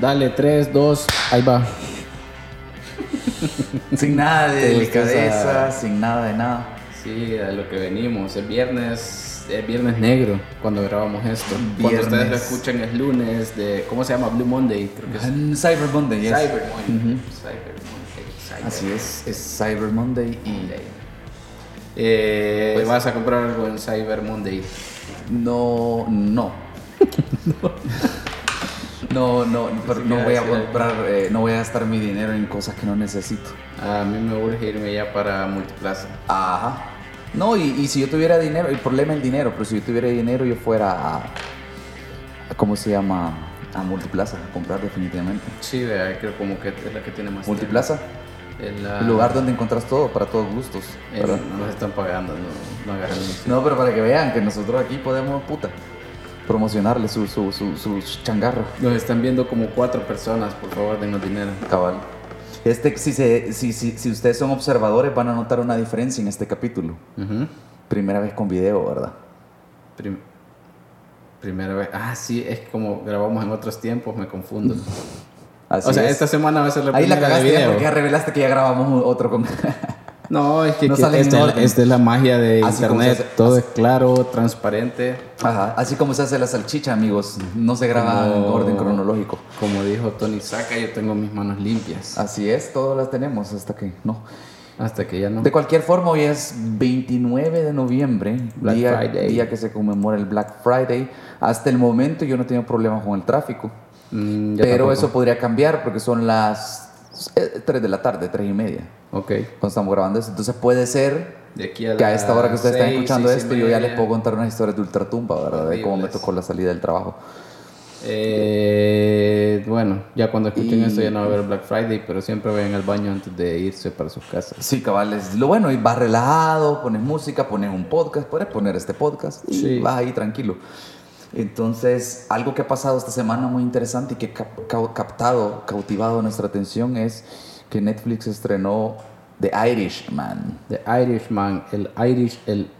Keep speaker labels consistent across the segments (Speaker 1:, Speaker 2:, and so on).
Speaker 1: Dale, 3, 2, ahí va.
Speaker 2: Sin nada de
Speaker 1: Qué
Speaker 2: delicadeza,
Speaker 1: delicada.
Speaker 2: sin nada de nada.
Speaker 1: Sí, a lo que venimos. El viernes, el viernes negro, cuando grabamos esto. Cuando
Speaker 2: Viernes.
Speaker 1: ustedes lo escuchan es lunes de, ¿cómo se llama? Blue Monday, creo que es.
Speaker 2: En Cyber Monday, yes.
Speaker 1: Cyber Monday. Cyber Monday. Cyber
Speaker 2: Así es, es Cyber Monday y
Speaker 1: Monday. Eh,
Speaker 2: Pues-
Speaker 1: vas a comprar algo en Cyber Monday.
Speaker 2: no, no. No, no, pero
Speaker 1: que
Speaker 2: no voy a
Speaker 1: decía-
Speaker 2: comprar, eh, no voy a gastar mi dinero en cosas que no necesito.
Speaker 1: A mí me urge irme ya para Multiplaza.
Speaker 2: Ajá. No, y, y si yo tuviera dinero, el problema es el dinero, pero si yo tuviera dinero yo fuera a, a- ¿cómo se llama? A Multiplaza, a comprar definitivamente.
Speaker 1: Sí, vea, creo como que es la que tiene más.
Speaker 2: Multiplaza,
Speaker 1: tiempo. Es la-
Speaker 2: el lugar donde encontrás todo, para todos gustos.
Speaker 1: Eh,
Speaker 2: ¿verdad?
Speaker 1: no nos están pagando, no, no agarran.
Speaker 2: No, pero para que vean que nosotros aquí podemos, puta, promocionarle su, su, su, su changarro.
Speaker 1: Nos están viendo como cuatro personas, por favor, denos dinero.
Speaker 2: Cabal. Este, si, se, si, si, si ustedes son observadores, van a notar una diferencia en este capítulo.
Speaker 1: Ujú.
Speaker 2: Primera vez con video, ¿verdad?
Speaker 1: Prim- primera vez. Ah, sí, es que como grabamos en otros tiempos, me confundo.
Speaker 2: Así
Speaker 1: o sea,
Speaker 2: es.
Speaker 1: esta semana va a ser la
Speaker 2: Ahí la
Speaker 1: primera de
Speaker 2: cagaste ya
Speaker 1: video.
Speaker 2: porque ya revelaste que ya grabamos otro con...
Speaker 1: No, es que,
Speaker 2: No
Speaker 1: que
Speaker 2: salen en
Speaker 1: esta, es-
Speaker 2: orden.
Speaker 1: esta es la magia de
Speaker 2: Así como se
Speaker 1: internet.
Speaker 2: hace-
Speaker 1: Todo es claro, transparente.
Speaker 2: Ajá. Así como se hace la salchicha, amigos. No se graba en
Speaker 1: Como-
Speaker 2: orden cronológico.
Speaker 1: Como dijo Tony Saca, yo tengo mis manos limpias.
Speaker 2: Así es, todas las tenemos hasta que no.
Speaker 1: Hasta que ya no.
Speaker 2: De cualquier forma, hoy es 29 de noviembre,
Speaker 1: Black
Speaker 2: día,
Speaker 1: Friday.
Speaker 2: día que se conmemora el Black Friday. Hasta el momento yo no he tenido problemas con el tráfico,
Speaker 1: Mm, ya
Speaker 2: pero
Speaker 1: tampoco.
Speaker 2: eso podría cambiar porque son las 3 de la tarde, 3 y media,
Speaker 1: Ok.
Speaker 2: cuando estamos grabando esto. Entonces puede ser
Speaker 1: De aquí a,
Speaker 2: que a esta hora que
Speaker 1: las
Speaker 2: ustedes están
Speaker 1: seis,
Speaker 2: escuchando
Speaker 1: seis y
Speaker 2: esto, yo ya
Speaker 1: media.
Speaker 2: les puedo contar unas historias de ultratumba, ¿verdad? De cómo me
Speaker 1: Horribles.
Speaker 2: tocó la salida del trabajo.
Speaker 1: Eh, bueno, ya cuando escuchen
Speaker 2: Y-
Speaker 1: esto ya no va a haber Black Friday, pero siempre vayan al baño antes de irse para sus casas.
Speaker 2: Sí, cabales. Lo bueno, y vas relajado, pones música, pones un podcast, puedes poner este podcast y
Speaker 1: Sí.
Speaker 2: vas ahí tranquilo. Entonces, algo que ha pasado esta semana muy interesante y que ha cap- ca- captado, cautivado nuestra atención es que Netflix estrenó The Irishman.
Speaker 1: The Irishman, el Irish, el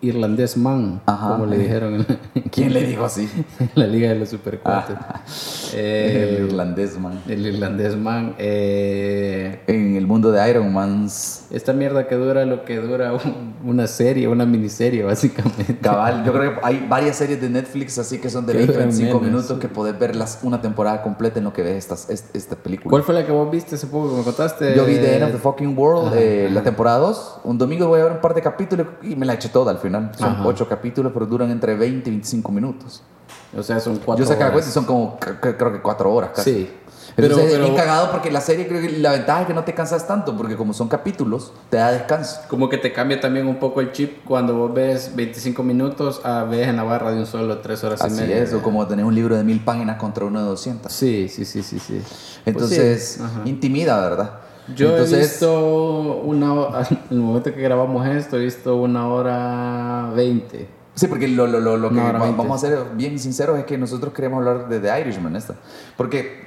Speaker 1: irlandés man,
Speaker 2: Ajá.
Speaker 1: como le dijeron en la,
Speaker 2: ¿Quién le dijo así?
Speaker 1: en la Liga de los Supercuates. Eh,
Speaker 2: Ah. el irlandés, man.
Speaker 1: el irlandés man. eh,
Speaker 2: En el mundo de Iron Man's
Speaker 1: esta mierda que dura lo que dura un- una serie, una miniserie, básicamente.
Speaker 2: Cabal, yo creo que hay varias series de Netflix así que son de
Speaker 1: Que
Speaker 2: 20
Speaker 1: duran
Speaker 2: 25
Speaker 1: menos.
Speaker 2: minutos que podés verlas una temporada completa en lo que ves estas, est- esta película.
Speaker 1: ¿Cuál fue la que vos viste hace poco que me contaste?
Speaker 2: Yo vi The End of the Fucking World,
Speaker 1: Este, Ajá,
Speaker 2: eh, la
Speaker 1: ajá.
Speaker 2: temporada 2. Un domingo voy a ver un par de capítulos y me la eché toda al final. Son
Speaker 1: Ajá.
Speaker 2: 8 capítulos, pero duran entre 20 y 25 minutos.
Speaker 1: O sea, son cuatro
Speaker 2: Yo saqué la
Speaker 1: horas.
Speaker 2: cuenta y son como, c- c- creo que 4 horas casi.
Speaker 1: Sí.
Speaker 2: Entonces es bien cagado porque la serie, creo que la ventaja es que no te cansas tanto, porque como son capítulos, te da descanso.
Speaker 1: Como que te cambia también un poco el chip cuando vos ves 25 minutos a ves en la barra de un solo 3 horas y
Speaker 2: Así
Speaker 1: media.
Speaker 2: es, o como tener un libro de mil páginas contra uno de 200.
Speaker 1: Sí, sí, sí, sí, sí.
Speaker 2: Entonces,
Speaker 1: Pues sí, ajá.
Speaker 2: intimida, ¿verdad?
Speaker 1: yo
Speaker 2: Entonces,
Speaker 1: he visto una hora, en el momento que grabamos esto, he visto una hora 20.
Speaker 2: Sí, porque lo, lo- lo- lo que
Speaker 1: No, ahora
Speaker 2: va-
Speaker 1: veinte.
Speaker 2: vamos a ser bien sinceros es que nosotros queremos hablar de The Irishman esta. Porque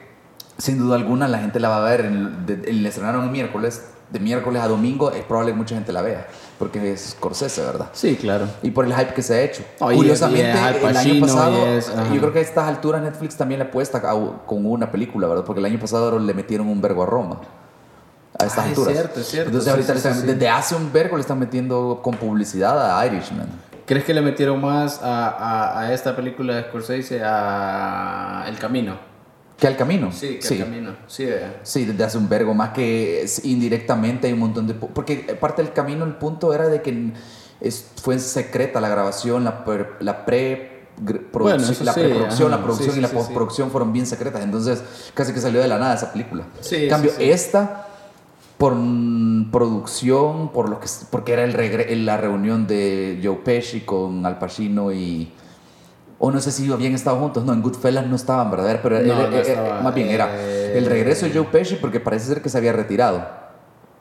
Speaker 2: sin duda alguna la gente la va a ver. En, de- en- la estrenaron el miércoles. De miércoles a domingo es probable que mucha gente la vea. Porque es Scorsese, ¿verdad?
Speaker 1: Sí, claro.
Speaker 2: Y por el hype que se ha hecho.
Speaker 1: Oh, y-
Speaker 2: Curiosamente,
Speaker 1: y es Al
Speaker 2: el año
Speaker 1: Pacino,
Speaker 2: pasado,
Speaker 1: y es- ajá.
Speaker 2: yo creo que a estas alturas Netflix también le apuesta a- con una película, ¿verdad? Porque el año pasado le metieron un vergo a Roma. A estas
Speaker 1: Ah, es
Speaker 2: alturas.
Speaker 1: cierto, es cierto.
Speaker 2: Entonces,
Speaker 1: Sí,
Speaker 2: ahorita
Speaker 1: sí,
Speaker 2: le están-
Speaker 1: sí, sí.
Speaker 2: desde hace un vergo le están metiendo con publicidad a Irishman.
Speaker 1: ¿Crees que le metieron más a, a- a esta película de Scorsese a El Camino?
Speaker 2: Que al camino.
Speaker 1: Sí, que El Camino. Sí, vea.
Speaker 2: Sí, desde hace un vergo, más que es indirectamente hay un montón de... pu- Porque eh, parte del camino, el punto era de que es- fue secreta la grabación, la, per- la pre... gr-
Speaker 1: Bueno,
Speaker 2: produc-
Speaker 1: eso
Speaker 2: la
Speaker 1: sí,
Speaker 2: preproducción,
Speaker 1: ajá,
Speaker 2: la producción
Speaker 1: sí, sí,
Speaker 2: y la
Speaker 1: sí, sí.
Speaker 2: postproducción fueron bien secretas, entonces casi que salió de la nada esa película.
Speaker 1: Sí,
Speaker 2: en cambio,
Speaker 1: sí, sí.
Speaker 2: esta, por mm, producción, por lo que, s- porque era el regre- la reunión de Joe Pesci con Al Pacino y... O no sé si habían estado juntos, no, en Goodfellas no estaban, ¿verdad? Pero
Speaker 1: No,
Speaker 2: era-
Speaker 1: no
Speaker 2: era-
Speaker 1: estaba,
Speaker 2: más bien era
Speaker 1: eh,
Speaker 2: el regreso de Joe Pesci porque parece ser que se había retirado.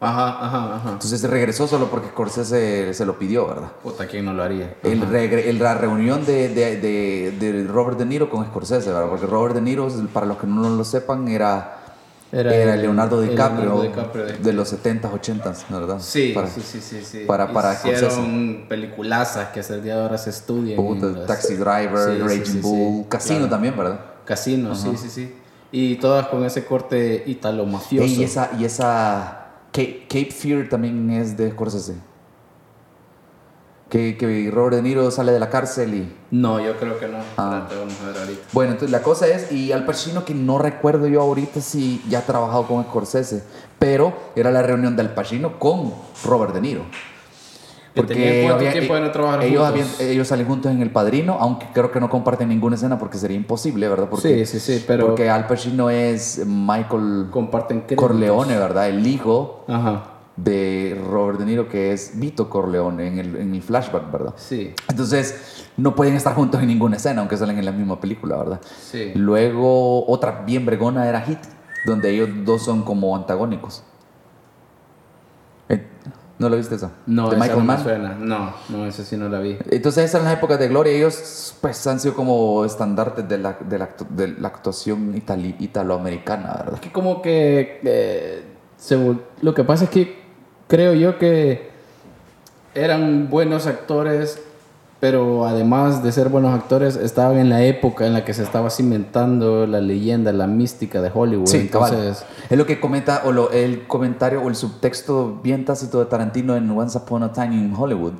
Speaker 1: Ajá, ajá, ajá.
Speaker 2: Entonces regresó solo porque Scorsese se lo pidió, ¿verdad?
Speaker 1: Puta, ¿quién no lo haría?
Speaker 2: El regre- el- la reunión de, de- de- de Robert De Niro con Scorsese, ¿verdad? Porque Robert De Niro, para los que no lo sepan, era,
Speaker 1: Era
Speaker 2: era,
Speaker 1: el-
Speaker 2: Leonardo
Speaker 1: el
Speaker 2: DiCaprio,
Speaker 1: Leonardo DiCaprio de-
Speaker 2: de... los 70s, 80s, ¿verdad?
Speaker 1: Sí,
Speaker 2: Para-
Speaker 1: sí, sí, sí, sí.
Speaker 2: para- para
Speaker 1: Hicieron peliculazas que hasta el día de ahora se estudian. en
Speaker 2: puta,
Speaker 1: las-
Speaker 2: Taxi Driver,
Speaker 1: Sí, sí,
Speaker 2: Raging
Speaker 1: sí, sí,
Speaker 2: Bull, Casino
Speaker 1: claro.
Speaker 2: también, ¿verdad?
Speaker 1: Casino, sí, sí, sí. Y todas con ese corte italo mafioso.
Speaker 2: Ey, y esa, y esa Cape, Cape Fear también es de Scorsese. Que, que Robert De Niro sale de la cárcel y...
Speaker 1: No, yo creo que no.
Speaker 2: Ah.
Speaker 1: Espérate, vamos a ver ahorita.
Speaker 2: Bueno, entonces la cosa es, y Al Pacino, que no recuerdo yo ahorita si ya ha trabajado con Scorsese, pero era la reunión de Al Pacino con Robert De Niro.
Speaker 1: tenían cuánto
Speaker 2: había-
Speaker 1: tiempo de no trabajar
Speaker 2: ellos,
Speaker 1: juntos?
Speaker 2: habían- eh, ellos salen juntos en El Padrino, aunque creo que no comparten ninguna escena porque sería imposible, ¿verdad? eh, Porque,
Speaker 1: sí, sí, sí, pero
Speaker 2: porque Al Pacino es Michael
Speaker 1: comparten créditos.
Speaker 2: Corleone, ¿verdad? El hijo
Speaker 1: Ajá,
Speaker 2: de Robert De Niro, que es Vito Corleone en el, en el flashback, ¿verdad?
Speaker 1: sí,
Speaker 2: Entonces, no pueden estar juntos en ninguna escena, aunque salen en la misma película, ¿verdad?
Speaker 1: sí.
Speaker 2: Luego, otra bien bregona era Hit, donde ellos dos son como antagónicos. Eh, ¿No lo viste eso?
Speaker 1: No,
Speaker 2: de
Speaker 1: esa
Speaker 2: Michael
Speaker 1: no me
Speaker 2: Mann.
Speaker 1: suena. No, no, esa sí no la vi.
Speaker 2: Entonces, esas eran las épocas de gloria. Ellos, pues, han sido como estandartes de la, de la, actu- de la actuación itali- italoamericana, ¿verdad?
Speaker 1: que como que eh, se vol- lo que pasa es que creo yo que eran buenos actores pero además de ser buenos actores estaban en la época en la que se estaba cimentando la leyenda la mística de Hollywood
Speaker 2: Sí,
Speaker 1: entonces
Speaker 2: cabal. Es lo que comenta, o lo- el comentario o el subtexto bien tácito de Tarantino en Once Upon a Time in Hollywood.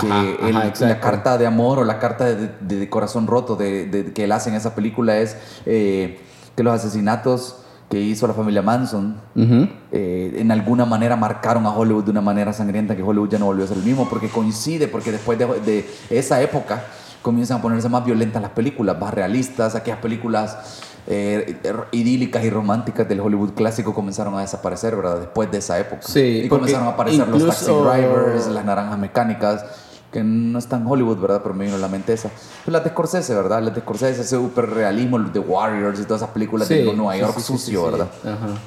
Speaker 2: Que
Speaker 1: Ajá,
Speaker 2: el-
Speaker 1: ajá,
Speaker 2: la
Speaker 1: exacto.
Speaker 2: carta de amor o la carta de, de- de corazón roto de, de- que él hace en esa película es eh, que los asesinatos que hizo la familia Manson
Speaker 1: ujú.
Speaker 2: eh, en alguna manera marcaron a Hollywood de una manera sangrienta que Hollywood ya no volvió a ser el mismo porque coincide, porque después de, de esa época comienzan a ponerse más violentas las películas, más realistas, aquellas películas eh, idílicas y románticas del Hollywood clásico comenzaron a desaparecer, ¿verdad? Después de esa época.
Speaker 1: Sí,
Speaker 2: y
Speaker 1: porque
Speaker 2: comenzaron a aparecer los taxi
Speaker 1: incluso-
Speaker 2: drivers, las naranjas mecánicas, que no están Hollywood, ¿verdad? Pero me vino a la mente esa. Pero las de Scorsese, ¿verdad? Las de Scorsese, ese superrealismo, los de Warriors y todas esas películas
Speaker 1: Sí,
Speaker 2: de Nueva
Speaker 1: sí,
Speaker 2: York
Speaker 1: sí, sí, sí,
Speaker 2: sucio,
Speaker 1: sí.
Speaker 2: ¿verdad?
Speaker 1: Ajá.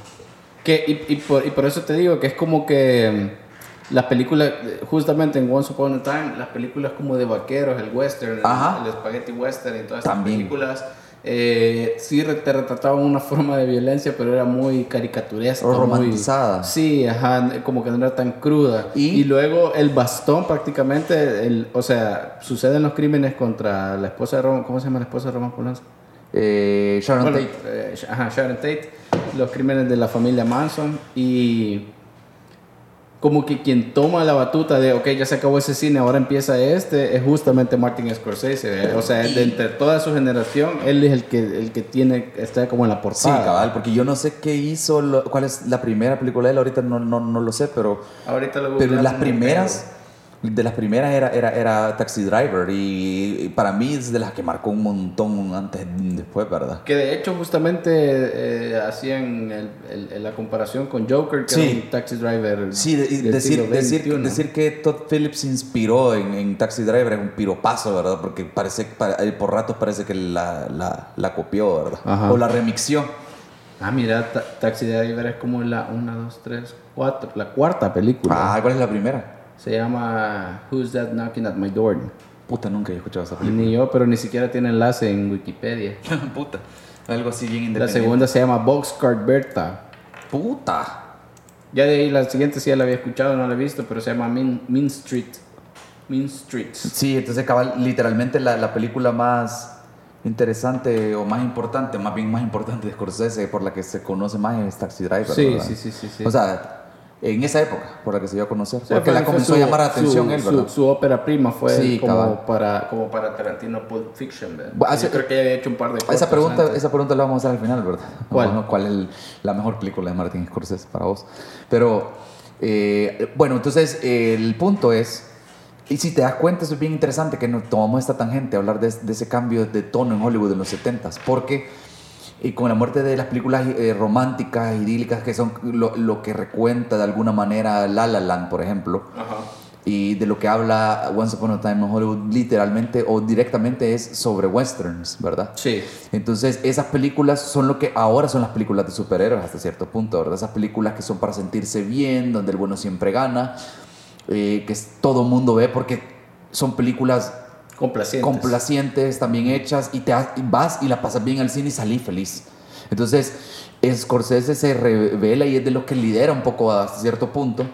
Speaker 1: Que, y, y por, y por eso te digo que es como que mm, las películas, justamente en Once Upon a Time, las películas como de vaqueros, el western, el-
Speaker 2: Ajá.
Speaker 1: el, spaghetti western y todas esas
Speaker 2: También.
Speaker 1: películas, eh, sí re- te retrataban una forma de violencia, pero era muy caricaturesca.
Speaker 2: O
Speaker 1: muy-
Speaker 2: romantizada.
Speaker 1: sí, ajá, como que no era tan cruda.
Speaker 2: ¿Y?
Speaker 1: luego el bastón prácticamente, el, o sea, suceden los crímenes contra la esposa de Roman, ¿cómo se llama la esposa de Roman Polanski?
Speaker 2: Eh, Sharon
Speaker 1: Bueno,
Speaker 2: Tate.
Speaker 1: eh, ajá, Sharon Tate, los crímenes de la familia Manson y como que quien toma la batuta de, ok, ya se acabó ese cine, ahora empieza este, es justamente Martin Scorsese. eh. O sea, de entre toda su generación, él es el que, el que tiene, está como en la
Speaker 2: Sí,
Speaker 1: portada.
Speaker 2: cabal, porque yo no sé qué hizo, lo- cuál es la primera película de él, ahorita no, no, no lo sé, pero,
Speaker 1: Ahorita lo
Speaker 2: pero
Speaker 1: googleamos,
Speaker 2: las primeras, de las primeras era, era, era Taxi Driver y, y para mí es de las que marcó un montón antes y después, ¿verdad?
Speaker 1: pero- Que de hecho justamente eh, hacían el- el- el- la comparación con Joker, que
Speaker 2: Sí.
Speaker 1: era un taxi driver.
Speaker 2: Sí, de- y
Speaker 1: del siglo
Speaker 2: decir, decir,
Speaker 1: XXI.
Speaker 2: decir que Todd Phillips se inspiró en, en Taxi Driver es un piropazo, ¿verdad? Porque parece, para- eh, por ratos parece que la, la, la copió, ¿verdad?
Speaker 1: Ajá.
Speaker 2: O la remixió.
Speaker 1: Ah, mira, Ta- Taxi Driver es como la 1, 2, 3, 4, la cuarta película.
Speaker 2: Ah, ¿cuál es la primera?
Speaker 1: Se llama Who's That Knocking at My Door?
Speaker 2: Puta, nunca he escuchado esa película.
Speaker 1: Ni yo, pero ni siquiera tiene enlace en Wikipedia.
Speaker 2: Puta. Algo así bien
Speaker 1: La
Speaker 2: independiente.
Speaker 1: segunda se llama Boxcar Berta.
Speaker 2: Puta.
Speaker 1: Ya de ahí la siguiente sí ya la había escuchado, no la he visto, pero se llama Mean, Mean Street. Mean Streets.
Speaker 2: Sí, entonces cabal, literalmente la, la película más interesante o más importante, más bien más importante de Scorsese, por la que se conoce más es Taxi Driver.
Speaker 1: Sí,
Speaker 2: ¿verdad?
Speaker 1: sí, sí, sí, sí.
Speaker 2: O sea, en esa época, por la que se dio a conocer.
Speaker 1: O sea,
Speaker 2: porque
Speaker 1: fue-
Speaker 2: la
Speaker 1: fue
Speaker 2: comenzó a
Speaker 1: su-
Speaker 2: llamar la atención
Speaker 1: su,
Speaker 2: él,
Speaker 1: su,
Speaker 2: ¿verdad?
Speaker 1: su ópera prima fue
Speaker 2: Sí, cabal.
Speaker 1: como, para, como para Tarantino Pulp Fiction. ¿verdad?
Speaker 2: Bueno, hace-
Speaker 1: Yo creo que ya había hecho un par de cosas.
Speaker 2: Esa pregunta,
Speaker 1: antes.
Speaker 2: esa pregunta la vamos a hacer al final, ¿verdad?
Speaker 1: ¿Cuál?
Speaker 2: Bueno, ¿Cuál es el- la mejor película de Martin Scorsese para vos? Pero, eh, bueno, entonces eh, el punto es, y si te das cuenta, eso es bien interesante que nos tomamos esta tangente, hablar de, de ese cambio de tono en Hollywood en los 70s, porque y con la muerte de las películas eh, románticas, idílicas, que son lo, lo que recuenta de alguna manera La La Land, por ejemplo,
Speaker 1: Ajá.
Speaker 2: y de lo que habla Once Upon a Time in Hollywood literalmente o directamente es sobre westerns, ¿verdad?
Speaker 1: Sí.
Speaker 2: Entonces, esas películas son lo que ahora son las películas de superhéroes hasta cierto punto, ¿verdad? Esas películas que son para sentirse bien, donde el bueno siempre gana, eh, que es- todo mundo ve porque son películas
Speaker 1: Complacientes.
Speaker 2: complacientes, también hechas, y te ha- y vas y la pasas bien al cine y salí feliz. Entonces, Scorsese se revela y es de los que lidera un poco hasta cierto punto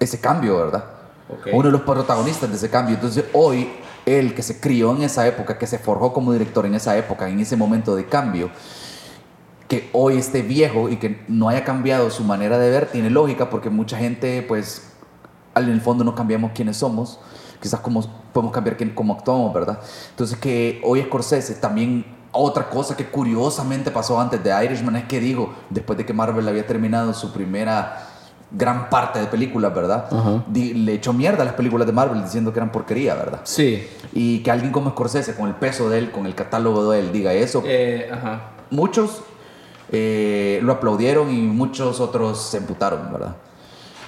Speaker 2: ese cambio, ¿verdad?
Speaker 1: Ok.
Speaker 2: uno de los protagonistas de ese cambio. Entonces hoy, él que se crió en esa época, que se forjó como director en esa época, en ese momento de cambio, que hoy esté viejo y que no haya cambiado su manera de ver tiene lógica porque mucha gente, pues, al- en el fondo no cambiamos quiénes somos, quizás cómo podemos cambiar quién, cómo actuamos, ¿verdad? Entonces que hoy Scorsese también... Otra cosa que curiosamente pasó antes de Irishman es que digo, después de que Marvel había terminado su primera gran parte de películas, ¿verdad?
Speaker 1: Ajá.
Speaker 2: Di- Le echó mierda a las películas de Marvel diciendo que eran porquería, ¿verdad?
Speaker 1: Sí.
Speaker 2: Y que alguien como Scorsese, con el peso de él, con el catálogo de él, diga eso,
Speaker 1: Eh, ajá.
Speaker 2: muchos eh, lo aplaudieron y muchos otros se emputaron, ¿verdad?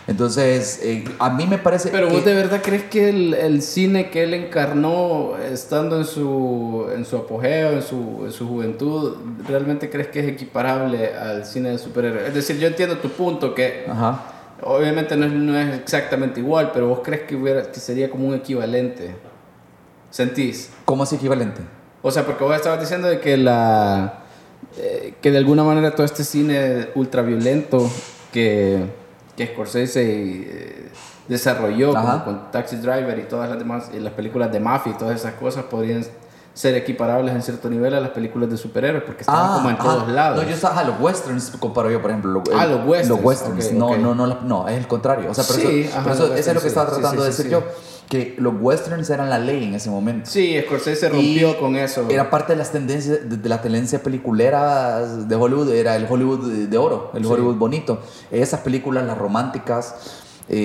Speaker 2: Entonces, eh, a mí me parece
Speaker 1: Pero
Speaker 2: que-
Speaker 1: vos de verdad crees que el, el cine que él encarnó estando en su, en su apogeo, en su, en su juventud, realmente crees que es equiparable al cine de superhéroes? Es decir, yo entiendo tu punto que
Speaker 2: Ajá.
Speaker 1: obviamente no es, no es exactamente igual, pero vos crees que, hubiera, que sería como un equivalente. ¿Sentís?
Speaker 2: ¿Cómo es equivalente?
Speaker 1: O sea, porque vos estabas diciendo de que la eh, que de alguna manera todo este cine ultraviolento que, que Scorsese eh, desarrolló como
Speaker 2: Ajá.
Speaker 1: con Taxi Driver y todas las demás y las películas de mafia y todas esas cosas podrían ser equiparables en cierto nivel a las películas de superhéroes porque están como en
Speaker 2: ajá.
Speaker 1: todos lados.
Speaker 2: Ah, No, yo estaba a los westerns, comparo yo, por ejemplo. lo-
Speaker 1: Ah,
Speaker 2: el-
Speaker 1: los westerns,
Speaker 2: Los westerns.
Speaker 1: ok,
Speaker 2: no,
Speaker 1: ok.
Speaker 2: no, no, la- no, es el contrario. O sea, por
Speaker 1: Sí,
Speaker 2: eso,
Speaker 1: ajá,
Speaker 2: por eso-
Speaker 1: los
Speaker 2: eso es lo
Speaker 1: westerns,
Speaker 2: que estaba
Speaker 1: sí, sí,
Speaker 2: tratando
Speaker 1: sí, sí,
Speaker 2: de decir yo. Que los westerns eran la ley en ese momento.
Speaker 1: Sí, Scorsese rompió
Speaker 2: Y
Speaker 1: con eso.
Speaker 2: Era parte de las tendencias, de, de la tendencia peliculera de Hollywood, era el Hollywood de, de oro, el
Speaker 1: Sí.
Speaker 2: Hollywood bonito. Esas películas, las románticas,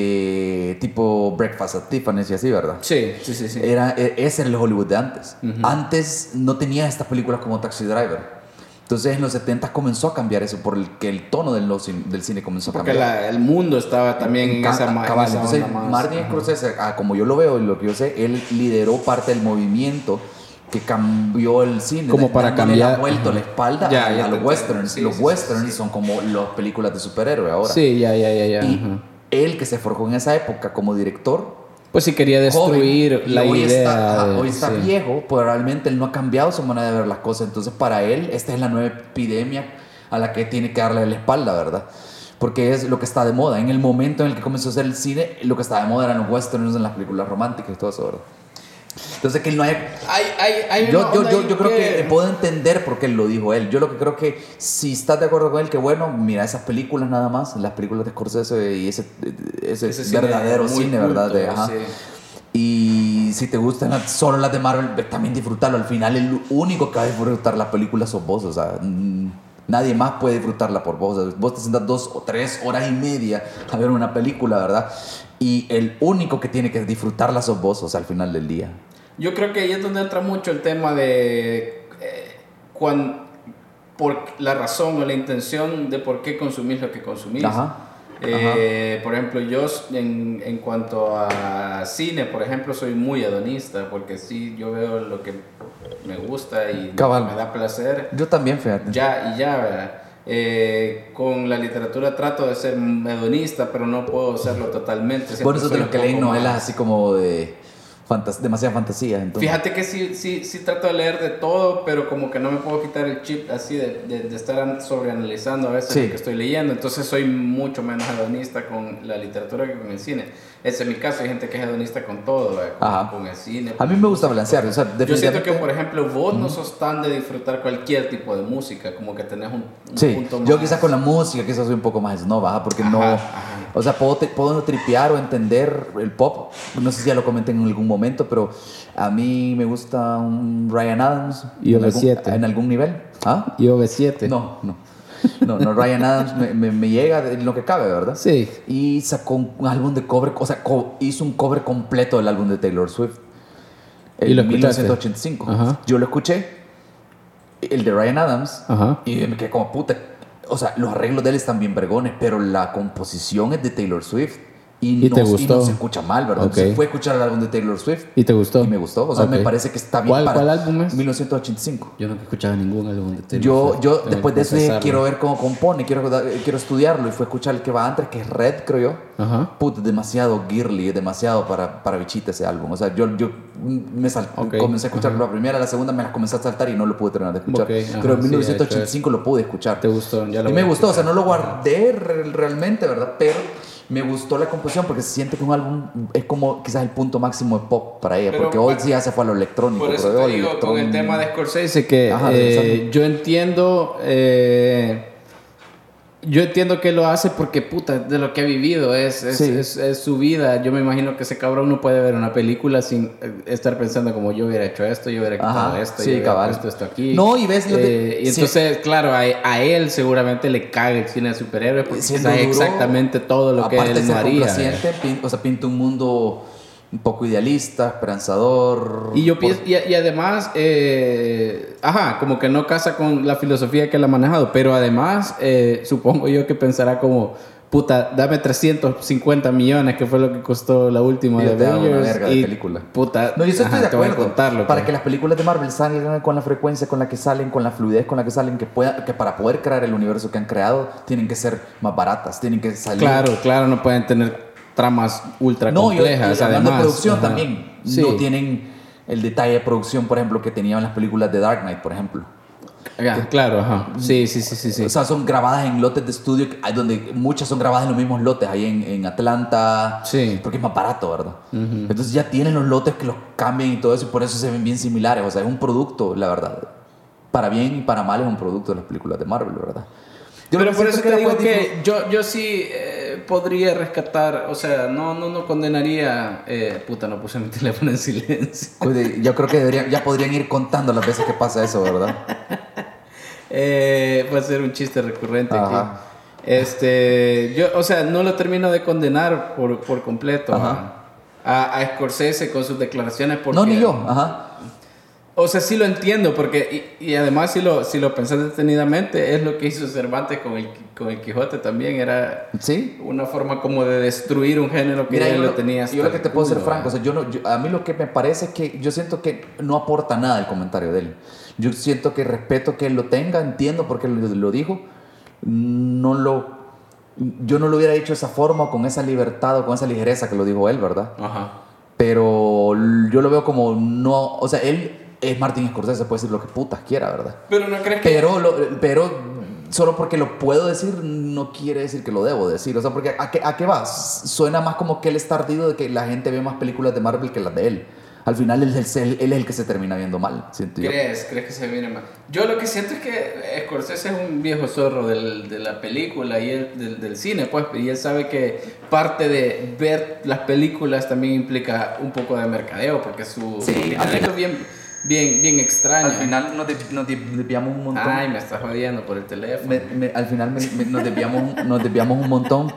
Speaker 2: eh, tipo Breakfast at Tiffany's y así, ¿verdad?
Speaker 1: Sí, sí, sí, sí.
Speaker 2: Era, e- ese era el Hollywood de antes. Antes no tenía estas películas como Taxi Driver. Entonces en los 70 comenzó a cambiar eso, por el que el tono del, del cine comenzó a
Speaker 1: porque
Speaker 2: cambiar.
Speaker 1: la- el mundo estaba también en,
Speaker 2: Ca-
Speaker 1: esa, ma- en
Speaker 2: cabal.
Speaker 1: esa
Speaker 2: Entonces,
Speaker 1: onda más.
Speaker 2: Martin Scorsese, ah, como yo lo veo y lo que yo sé, él lideró parte del movimiento que cambió el cine.
Speaker 1: Como para
Speaker 2: dándole la
Speaker 1: cambiar,
Speaker 2: vuelta,
Speaker 1: ajá.
Speaker 2: la espalda
Speaker 1: Ya, ya
Speaker 2: a, a
Speaker 1: te
Speaker 2: los
Speaker 1: entiendo.
Speaker 2: westerns.
Speaker 1: Sí,
Speaker 2: los
Speaker 1: sí, sí,
Speaker 2: westerns
Speaker 1: sí.
Speaker 2: son como las películas de superhéroe ahora.
Speaker 1: Sí, ya, ya, ya, ya.
Speaker 2: y
Speaker 1: ajá.
Speaker 2: él que se forjó en esa época como director
Speaker 1: Pues si quería
Speaker 2: joven,
Speaker 1: destruir
Speaker 2: y
Speaker 1: la
Speaker 2: hoy
Speaker 1: idea.
Speaker 2: Está, ajá,
Speaker 1: de-
Speaker 2: hoy está
Speaker 1: sí.
Speaker 2: viejo, probablemente él no ha cambiado su manera de ver las cosas. Entonces, para él, esta es la nueva epidemia a la que tiene que darle la espalda, ¿verdad? Porque es lo que está de moda. En el momento en el que comenzó a hacer el cine, lo que estaba de moda eran los westerns, en las películas románticas y todo eso, ¿verdad? Entonces, que él no haya.
Speaker 1: Hay, hay, hay
Speaker 2: Yo,
Speaker 1: una
Speaker 2: yo,
Speaker 1: onda
Speaker 2: yo,
Speaker 1: ahí
Speaker 2: yo creo que... puedo entender por qué él lo dijo él. Yo lo que creo que si estás de acuerdo con él, que bueno, mira esas películas nada más, las películas de Scorsese y ese, ese,
Speaker 1: ese cine
Speaker 2: verdadero
Speaker 1: muy
Speaker 2: cine,
Speaker 1: culto,
Speaker 2: ¿verdad? De- ajá.
Speaker 1: sí.
Speaker 2: Y si te gustan las- solo las de Marvel, ve- también disfrutarlo. Al final, el único que va a disfrutar las películas sos vos. O sea, mm, nadie más puede disfrutarla por vos. O sea, vos te sentas dos o tres horas y media a ver una película, ¿verdad? Y el único que tiene que disfrutarla sos vos, o sea, al final del día.
Speaker 1: Yo creo que ahí es donde entra mucho el tema de eh, cuan- por la razón o la intención de por qué consumís lo que consumís.
Speaker 2: Ajá.
Speaker 1: Eh, por ejemplo, yo s- en, en cuanto a cine, por ejemplo, soy muy hedonista porque sí, yo veo lo que me gusta y
Speaker 2: Cabal.
Speaker 1: me da placer.
Speaker 2: Yo también, fíjate.
Speaker 1: ya y ya, ¿verdad? Eh, con la literatura trato de ser hedonista, pero no puedo serlo totalmente. siempre
Speaker 2: bueno, eso de
Speaker 1: soy
Speaker 2: los
Speaker 1: un
Speaker 2: que leen
Speaker 1: poco más.
Speaker 2: novelas así como de fantas- demasiada fantasía. Entonces.
Speaker 1: Fíjate que sí, sí, sí trato de leer de todo, pero como que no me puedo quitar el chip así de, de, de estar an- sobreanalizando a veces
Speaker 2: Sí.
Speaker 1: lo que estoy leyendo. Entonces soy mucho menos hedonista con la literatura que con el cine. Ese es mi caso, hay gente que es hedonista con todo, ¿verdad? con,
Speaker 2: Ajá.
Speaker 1: con el cine.
Speaker 2: A mí me gusta balancear. O sea,
Speaker 1: Yo siento
Speaker 2: definitivamente-
Speaker 1: que, por ejemplo, vos no sos tan de disfrutar cualquier tipo de música, como que tenés un, un
Speaker 2: Sí,
Speaker 1: punto más.
Speaker 2: yo quizás con la música quizás soy un poco más snob, ajá, porque no...
Speaker 1: Ajá, ajá.
Speaker 2: O sea, puedo, te- puedo tripear o entender el pop. No sé si ya lo comenté en algún momento, pero a mí me gusta un Ryan Adams.
Speaker 1: Y
Speaker 2: en algún,
Speaker 1: OV7.
Speaker 2: en algún nivel. ¿Ah?
Speaker 1: IOV7.
Speaker 2: No, no. No, no, Ryan Adams me, me- me llega en lo que cabe, ¿verdad?
Speaker 1: Sí.
Speaker 2: Y sacó un, un álbum de cover, o sea, co- hizo un cover completo del álbum de Taylor Swift.
Speaker 1: ¿Y lo
Speaker 2: En
Speaker 1: escuchaste?
Speaker 2: 1985.
Speaker 1: Ajá.
Speaker 2: Yo lo escuché, el de Ryan Adams,
Speaker 1: Ajá.
Speaker 2: y me quedé como puta. O sea, los arreglos de él están bien vergones, pero la composición es de Taylor Swift. Y,
Speaker 1: ¿Y
Speaker 2: no,
Speaker 1: te
Speaker 2: y
Speaker 1: gustó?
Speaker 2: no se escucha mal, ¿verdad?
Speaker 1: Ok.
Speaker 2: Entonces fue a escuchar el álbum de Taylor Swift
Speaker 1: ¿Y te gustó?
Speaker 2: y me gustó. O sea, me parece que está bien.
Speaker 1: ¿Cuál- cuál álbum es?
Speaker 2: 1985.
Speaker 1: Yo nunca he escuchado ningún álbum de Taylor
Speaker 2: Yo,
Speaker 1: Swift,
Speaker 2: yo
Speaker 1: tengo
Speaker 2: después
Speaker 1: que
Speaker 2: de eso dije,
Speaker 1: confesarlo.
Speaker 2: quiero ver cómo compone, quiero, eh, quiero estudiarlo. Y fue a escuchar el que va antes, que es Red, creo yo.
Speaker 1: Ajá.
Speaker 2: Puta, demasiado girly, demasiado para, para bichita ese álbum. O sea, yo, yo me sal-
Speaker 1: Ok,
Speaker 2: comencé a escuchar la primera, la segunda me las comencé a saltar y no lo pude terminar de escuchar.
Speaker 1: Ok, ajá,
Speaker 2: Pero en
Speaker 1: sí, de hecho
Speaker 2: 1985 lo pude escuchar.
Speaker 1: ¿Te gustó? Ya lo
Speaker 2: y
Speaker 1: voy
Speaker 2: me
Speaker 1: a
Speaker 2: gustó, o sea,
Speaker 1: escuchar.
Speaker 2: no lo guardé re- realmente, ¿verdad? Pero Me gustó la composición porque siento que un álbum es como quizás el punto máximo de pop para ella,
Speaker 1: Pero,
Speaker 2: porque hoy
Speaker 1: bueno,
Speaker 2: sí ya se fue a lo electrónico.
Speaker 1: Por eso
Speaker 2: pero
Speaker 1: te
Speaker 2: hoy
Speaker 1: digo, con el
Speaker 2: electrón-
Speaker 1: tema de Scorsese, que
Speaker 2: Ajá,
Speaker 1: eh,
Speaker 2: regresando.
Speaker 1: yo entiendo. eh, yo entiendo que lo hace porque, puta, de lo que ha vivido, es, es,
Speaker 2: Sí.
Speaker 1: es- es su vida. Yo me imagino que ese cabrón no puede ver una película sin eh, estar pensando como yo hubiera hecho esto, yo hubiera quitado
Speaker 2: Ajá,
Speaker 1: esto,
Speaker 2: sí,
Speaker 1: yo hubiera
Speaker 2: cabal.
Speaker 1: puesto esto aquí.
Speaker 2: No, y ves lo que-
Speaker 1: Eh, y
Speaker 2: sí.
Speaker 1: entonces, claro, a, a él seguramente le caga el cine de superhéroes porque
Speaker 2: Siendo
Speaker 1: sabe
Speaker 2: duro,
Speaker 1: exactamente todo lo que
Speaker 2: aparte de
Speaker 1: él no
Speaker 2: ser
Speaker 1: haría.
Speaker 2: complaciente, pin- o sea, pinta un mundo un poco idealista, esperanzador.
Speaker 1: Y yo
Speaker 2: por-
Speaker 1: pienso, y, y además, eh, ajá, como que no casa con la filosofía que él ha manejado, pero además, eh, supongo yo que pensará como, puta, dame 350 millones, que fue lo que costó la última
Speaker 2: Y yo
Speaker 1: de
Speaker 2: te hago una
Speaker 1: Avengers.
Speaker 2: verga de
Speaker 1: y,
Speaker 2: película.
Speaker 1: Puta,
Speaker 2: No, yo sí
Speaker 1: ajá,
Speaker 2: estoy de
Speaker 1: te voy a
Speaker 2: acuerdo.
Speaker 1: contarlo,
Speaker 2: para
Speaker 1: pues.
Speaker 2: que las películas de Marvel salgan con la frecuencia con la que salen, con la fluidez con la que salen, que, pueda, que para poder crear el universo que han creado, tienen que ser más baratas, tienen que salir.
Speaker 1: Claro, claro, no pueden tener tramas ultra
Speaker 2: no, yo-
Speaker 1: complejas.
Speaker 2: y hablando de
Speaker 1: además,
Speaker 2: producción
Speaker 1: ajá.
Speaker 2: también.
Speaker 1: Sí.
Speaker 2: No tienen el detalle de producción, por ejemplo, que tenían las películas de Dark Knight, por ejemplo.
Speaker 1: Ah, Claro, ajá. Sí, sí, sí, sí. sí.
Speaker 2: O sea, son grabadas en lotes de estudio, que- donde muchas son grabadas en los mismos lotes, ahí en, en Atlanta,
Speaker 1: Sí.
Speaker 2: porque es más barato, ¿verdad? Entonces ya tienen los lotes que los cambian y todo eso, y por eso se ven bien similares, o sea, es un producto, la verdad. Para bien y para mal es un producto de las películas de Marvel, ¿verdad? Yo
Speaker 1: pero
Speaker 2: lo
Speaker 1: por
Speaker 2: siento
Speaker 1: eso te
Speaker 2: la
Speaker 1: digo
Speaker 2: puedes
Speaker 1: que yo, yo sí eh, podría rescatar, o sea, no, no, no condenaría. eh, puta, no puse mi teléfono en silencio.
Speaker 2: disfrutar. Pues, eh, yo creo que deberían, ya podrían ir contando las veces que pasa eso, ¿verdad?
Speaker 1: Eh, va a ser un chiste recurrente aquí.
Speaker 2: Ajá.
Speaker 1: Este, yo, o sea, no lo termino de condenar por, por completo
Speaker 2: Ajá.
Speaker 1: a, a Scorsese con sus declaraciones. Porque,
Speaker 2: No, ni yo, ajá.
Speaker 1: O sea, sí lo entiendo, porque, y, y además, si lo, si lo pensás detenidamente, es lo que hizo Cervantes con el, con el Quijote también, era.
Speaker 2: ¿Sí?
Speaker 1: una forma como de destruir un género que
Speaker 2: Mira,
Speaker 1: ya
Speaker 2: yo,
Speaker 1: lo
Speaker 2: lo-
Speaker 1: tenía
Speaker 2: yo lo que te puedo ser
Speaker 1: ser
Speaker 2: franco, o sea, yo no, yo- a mí lo que me parece es que yo siento que no aporta nada el comentario de él. Yo siento que respeto que él lo tenga, entiendo por qué lo, lo dijo. No lo, yo no lo hubiera dicho de esa forma, o con esa libertad o con esa ligereza que lo dijo él, ¿verdad?
Speaker 1: Ajá.
Speaker 2: Pero yo lo veo como no, o sea, él es Martin Scorsese, puede decir lo que putas quiera, ¿verdad?
Speaker 1: Pero no crees que...
Speaker 2: Pero, lo- pero solo porque lo puedo decir no quiere decir que lo debo decir. O sea, porque ¿a qué, a qué vas? Suena más como que él es tardío de que la gente ve más películas de Marvel que las de él. Al final él, es el- él es el que se termina viendo mal, siento yo.
Speaker 1: ¿Crees? ¿Crees que se viene más? Yo lo que siento es que Scorsese es un viejo zorro del- de la película y el, del, del cine, pues, y él sabe que parte de ver las películas también implica un poco de mercadeo, porque su...
Speaker 2: Sí,
Speaker 1: su
Speaker 2: al
Speaker 1: es bien, bien, bien extraño.
Speaker 2: Al final nos, de- nos de- desviamos un montón.
Speaker 1: Ay, me estás jodiendo por el teléfono.
Speaker 2: Me- me- al final me- me- nos, desviamos, nos desviamos un montón.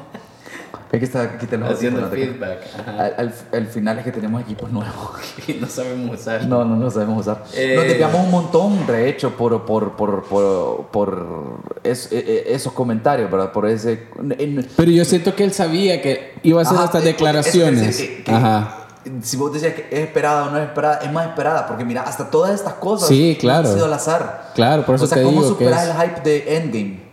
Speaker 2: Es que está aquí te los
Speaker 1: Haciendo
Speaker 2: audífonos, no te-
Speaker 1: feedback. Ajá.
Speaker 2: Al, al- al final es que tenemos equipos nuevos.
Speaker 1: Y no sabemos usar.
Speaker 2: No, no, no sabemos usar.
Speaker 1: Eh,
Speaker 2: Nos desviamos un montón, de hecho, por, por, por, por, por es- eh, eh, esos comentarios, ¿verdad? Por ese... en-
Speaker 1: Pero yo siento que él sabía que iba a hacer
Speaker 2: Ajá,
Speaker 1: estas
Speaker 2: eh, porque es- es decir,
Speaker 1: declaraciones.
Speaker 2: que- que-
Speaker 1: Ajá.
Speaker 2: Si vos decías que es esperada o no es esperada, es más esperada, porque mira, hasta todas estas cosas
Speaker 1: Sí, claro.
Speaker 2: han sido al azar.
Speaker 1: Claro, por eso
Speaker 2: o sea,
Speaker 1: te
Speaker 2: ¿cómo
Speaker 1: digo que
Speaker 2: superas
Speaker 1: es-
Speaker 2: el hype de Endgame?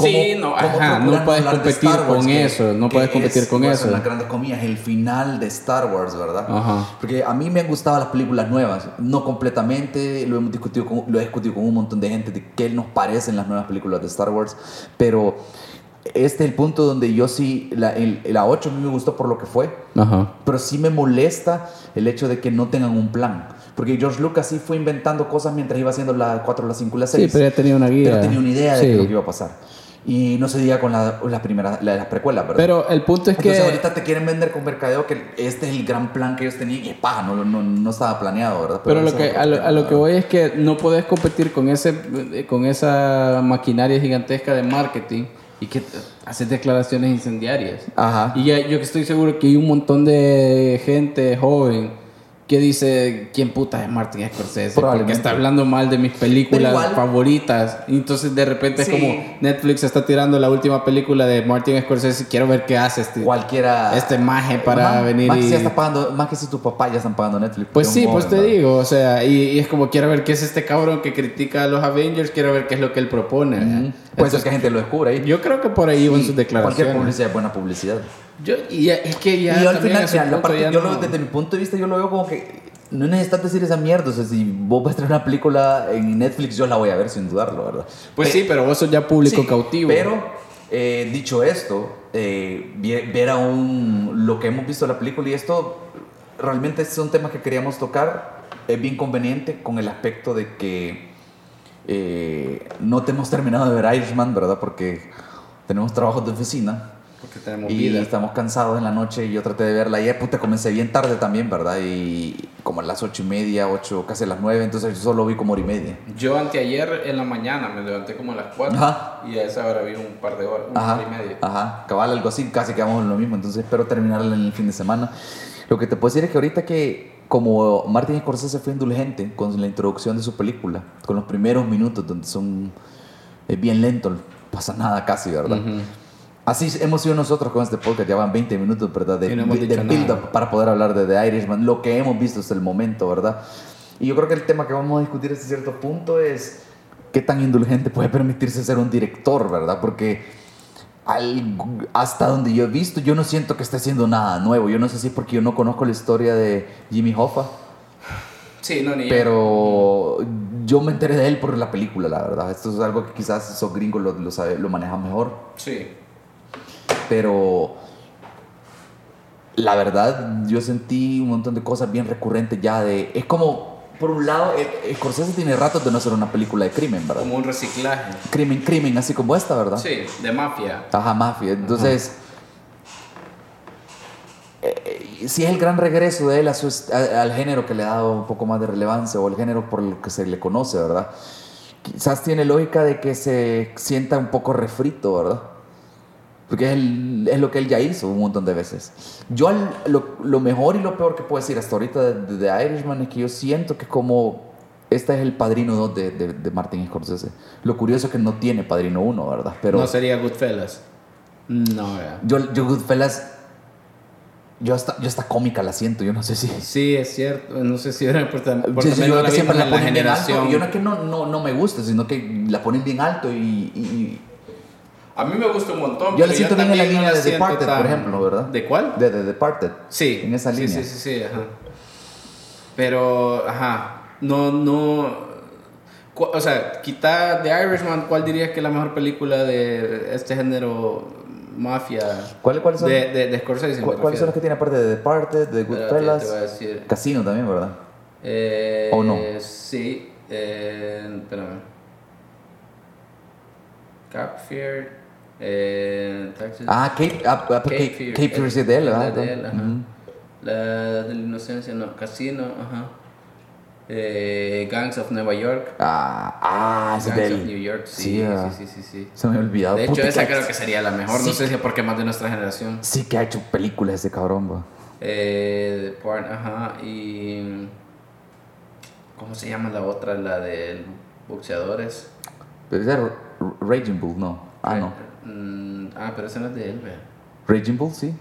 Speaker 1: Sí, no, ajá,
Speaker 2: procurar
Speaker 1: no puedes
Speaker 2: hablar de
Speaker 1: competir
Speaker 2: Star Wars,
Speaker 1: con eso, no puedes competir con
Speaker 2: bueno,
Speaker 1: eso.
Speaker 2: Las grandes comillas, el final de Star Wars, ¿verdad?
Speaker 1: Ajá.
Speaker 2: Porque a mí me han gustado las películas nuevas, no completamente, lo hemos discutido con, lo he discutido con un montón de gente de qué nos parecen las nuevas películas de Star Wars, pero este es el punto donde yo sí, la, el- la 8 a mí me gustó por lo que fue,
Speaker 1: Ajá.
Speaker 2: pero sí me molesta el hecho de que no tengan un plan. Porque George Lucas sí fue inventando cosas mientras iba haciendo la 4, la 5, la 6.
Speaker 1: Sí, pero ya tenía una guía.
Speaker 2: Pero tenía una idea de
Speaker 1: Sí.
Speaker 2: lo que iba a pasar. Y no se diga con la- las primeras, la de las precuelas, ¿verdad?
Speaker 1: Pero el punto es que.
Speaker 2: Entonces ahorita te quieren vender con mercadeo que este es el gran plan que ellos tenían y paja, no, no, no estaba planeado, ¿verdad?
Speaker 1: Pero lo
Speaker 2: eso
Speaker 1: que,
Speaker 2: es otro
Speaker 1: a, lo,
Speaker 2: tema,
Speaker 1: a lo que
Speaker 2: ¿verdad?
Speaker 1: voy es que no podés competir con, ese, eh, con esa maquinaria gigantesca de marketing y que haces declaraciones incendiarias.
Speaker 2: Ajá.
Speaker 1: Y ya, yo que estoy seguro que hay un montón de gente joven que dice, ¿quién puta es Martin Scorsese? Porque
Speaker 2: Probablemente.
Speaker 1: está hablando mal de mis películas
Speaker 2: Pero igual-
Speaker 1: favoritas. Y entonces de repente
Speaker 2: Sí.
Speaker 1: es como Netflix está tirando la última película de Martin Scorsese y quiero ver qué hace este,
Speaker 2: Cualquiera.
Speaker 1: este maje para
Speaker 2: Ajá,
Speaker 1: venir
Speaker 2: Más que,
Speaker 1: y...
Speaker 2: si ya está pagando, más que si tus papás ya están pagando Netflix.
Speaker 1: Pues
Speaker 2: porque
Speaker 1: sí,
Speaker 2: un
Speaker 1: pues te
Speaker 2: joven, ¿verdad?
Speaker 1: digo, o sea, y, y es como quiero ver qué es este cabrón que critica a los Avengers, quiero ver qué es lo que él propone. ¿verdad?
Speaker 2: Puede ser Pues que la gente lo descubra ahí.
Speaker 1: Yo creo que por ahí van
Speaker 2: Pues, Sí,
Speaker 1: sus declaraciones.
Speaker 2: Cualquier publicidad es buena publicidad.
Speaker 1: Yo, y ya- es que ya
Speaker 2: y yo al
Speaker 1: también
Speaker 2: final,
Speaker 1: a su
Speaker 2: mira, la
Speaker 1: punto
Speaker 2: parte-
Speaker 1: ya
Speaker 2: yo
Speaker 1: no-
Speaker 2: lo- desde mi punto de vista, yo lo veo como que no necesitas decir esa mierda. O sea, si vos vas a traer una película en Netflix, yo la voy a ver sin dudarlo, ¿verdad? Eh,
Speaker 1: Pues
Speaker 2: Pe-
Speaker 1: sí, pero vos sos ya público
Speaker 2: sí,
Speaker 1: cautivo.
Speaker 2: Pero, eh, dicho esto, eh, vie- ver a un, lo que hemos visto de la película y esto realmente son temas que queríamos tocar, es bien conveniente con el aspecto de que eh, no te hemos terminado de ver Irishman, ¿verdad? Porque tenemos trabajos de oficina.
Speaker 1: Porque tenemos
Speaker 2: Y
Speaker 1: vida.
Speaker 2: estamos cansados en la noche y yo traté de verla ayer, puta, comencé bien tarde también, ¿verdad? Y como a las ocho y media, ocho, casi a las nueve, entonces yo solo vi como hora y media.
Speaker 1: Yo anteayer en la mañana me levanté como a las 4
Speaker 2: Ajá.
Speaker 1: y a esa hora vi un par de horas, una
Speaker 2: Ajá,
Speaker 1: hora y media.
Speaker 2: ajá, cabal, algo así, casi quedamos en lo mismo, entonces espero terminarla en el fin de semana. Lo que te puedo decir es que ahorita que como Martin Scorsese fue indulgente con la introducción de su película, con los primeros minutos donde son es bien lento, no pasa nada casi, Ah, ¿verdad?
Speaker 1: Ujú.
Speaker 2: Así hemos sido nosotros con este podcast, ya van 20 minutos, ¿verdad? De,
Speaker 1: Y no hemos
Speaker 2: de-
Speaker 1: dicho
Speaker 2: de build
Speaker 1: nada.
Speaker 2: up para poder hablar de The Irishman, lo que hemos visto hasta el momento, ¿verdad? Y yo creo que el tema que vamos a discutir hasta cierto punto es qué tan indulgente puede permitirse ser un director, ¿verdad? Porque al- hasta donde yo he visto, yo no siento que esté haciendo nada nuevo. Yo no sé si es porque yo no conozco la historia de Jimmy Hoffa,
Speaker 1: Sí, no, ni
Speaker 2: pero yo me enteré de él por la película, la verdad. Esto es algo que quizás esos gringos lo, lo, sabe- lo manejan mejor
Speaker 1: Sí.
Speaker 2: pero la verdad yo sentí un montón de cosas bien recurrentes ya de es como por un lado eh, Scorsese tiene ratos de no hacer una película de crimen verdad
Speaker 1: Como un reciclaje.
Speaker 2: crimen crimen así como esta verdad
Speaker 1: Sí, de mafia.
Speaker 2: ajá mafia entonces eh, eh, si es el gran regreso de él a su est- a- al género que le ha dado un poco más de relevancia o el género por lo que se le conoce verdad quizás tiene lógica de que se sienta un poco refrito, ¿verdad? Porque es, el- es lo que él ya hizo un montón de veces. Yo al- lo, lo mejor y lo peor que puedo decir hasta ahorita de, de- de Irishman es que yo siento que como este es el padrino 2 de, de, de Martin Scorsese. Lo curioso es que no tiene padrino 1, ¿verdad? Pero
Speaker 1: No sería Goodfellas. No, vea.
Speaker 2: yo, yo Goodfellas, yo hasta, yo hasta cómica la siento, yo no sé si...
Speaker 1: Sí, es cierto. No sé si era por, tam- por
Speaker 2: Sí, sí,
Speaker 1: también
Speaker 2: yo
Speaker 1: no
Speaker 2: creo que siempre
Speaker 1: vimos
Speaker 2: la
Speaker 1: en la
Speaker 2: ponen bien alto.
Speaker 1: generación.
Speaker 2: Yo no es que no, no, no me guste, sino que la ponen bien alto y- y- y
Speaker 1: A mí me gusta un montón.
Speaker 2: Yo
Speaker 1: pero
Speaker 2: le siento bien en la
Speaker 1: también no
Speaker 2: línea de
Speaker 1: siento
Speaker 2: Departed,
Speaker 1: tan-
Speaker 2: por ejemplo, ¿verdad?
Speaker 1: ¿De cuál?
Speaker 2: De The Departed.
Speaker 1: Sí.
Speaker 2: En esa
Speaker 1: sí, Sí,
Speaker 2: línea.
Speaker 1: sí, sí, ajá. Pero, ajá. No, no. cu- O sea, quita The Irishman, ¿cuál dirías que es la mejor película de este género mafia?
Speaker 2: ¿Cuál- cuáles son?
Speaker 1: De, de, de Scorsese. me
Speaker 2: ¿Cu- ¿Cuáles
Speaker 1: refiero.
Speaker 2: son las que tiene aparte de Departed, de
Speaker 1: Espérate, Te voy a
Speaker 2: Goodfellas?
Speaker 1: decir.
Speaker 2: Casino también, ¿verdad?
Speaker 1: Eh,
Speaker 2: ¿O no?
Speaker 1: Sí. Eh, espérame. Cap Fear. Eh, Taxes.
Speaker 2: Ah, Cape, ah, ah, Cape, Cape, Fear sí es de él, ¿verdad?
Speaker 1: De él, ajá.
Speaker 2: Ujú.
Speaker 1: La de la inocencia, no. Casino, ajá. Eh, Gangs of Nueva York.
Speaker 2: Ah, ah, ese es de
Speaker 1: Gangs of New
Speaker 2: él.
Speaker 1: York, sí,
Speaker 2: Sí,
Speaker 1: sí,
Speaker 2: ah.
Speaker 1: sí, sí, sí, sí.
Speaker 2: Se me había olvidado.
Speaker 1: De hecho,
Speaker 2: Puta,
Speaker 1: esa
Speaker 2: que-
Speaker 1: creo que sería la mejor.
Speaker 2: Sí.
Speaker 1: No sé si es porque más de nuestra generación.
Speaker 2: Sí que ha hecho películas ese cabrón, bro.
Speaker 1: Eh, de Porn, ajá. Y. ¿Cómo se llama la otra? La de boxeadores.
Speaker 2: Pero ese era R- Raging Bull, no. Ah, no.
Speaker 1: Mm, ah, pero esa no es de él, vea.
Speaker 2: Raging Bull, sí.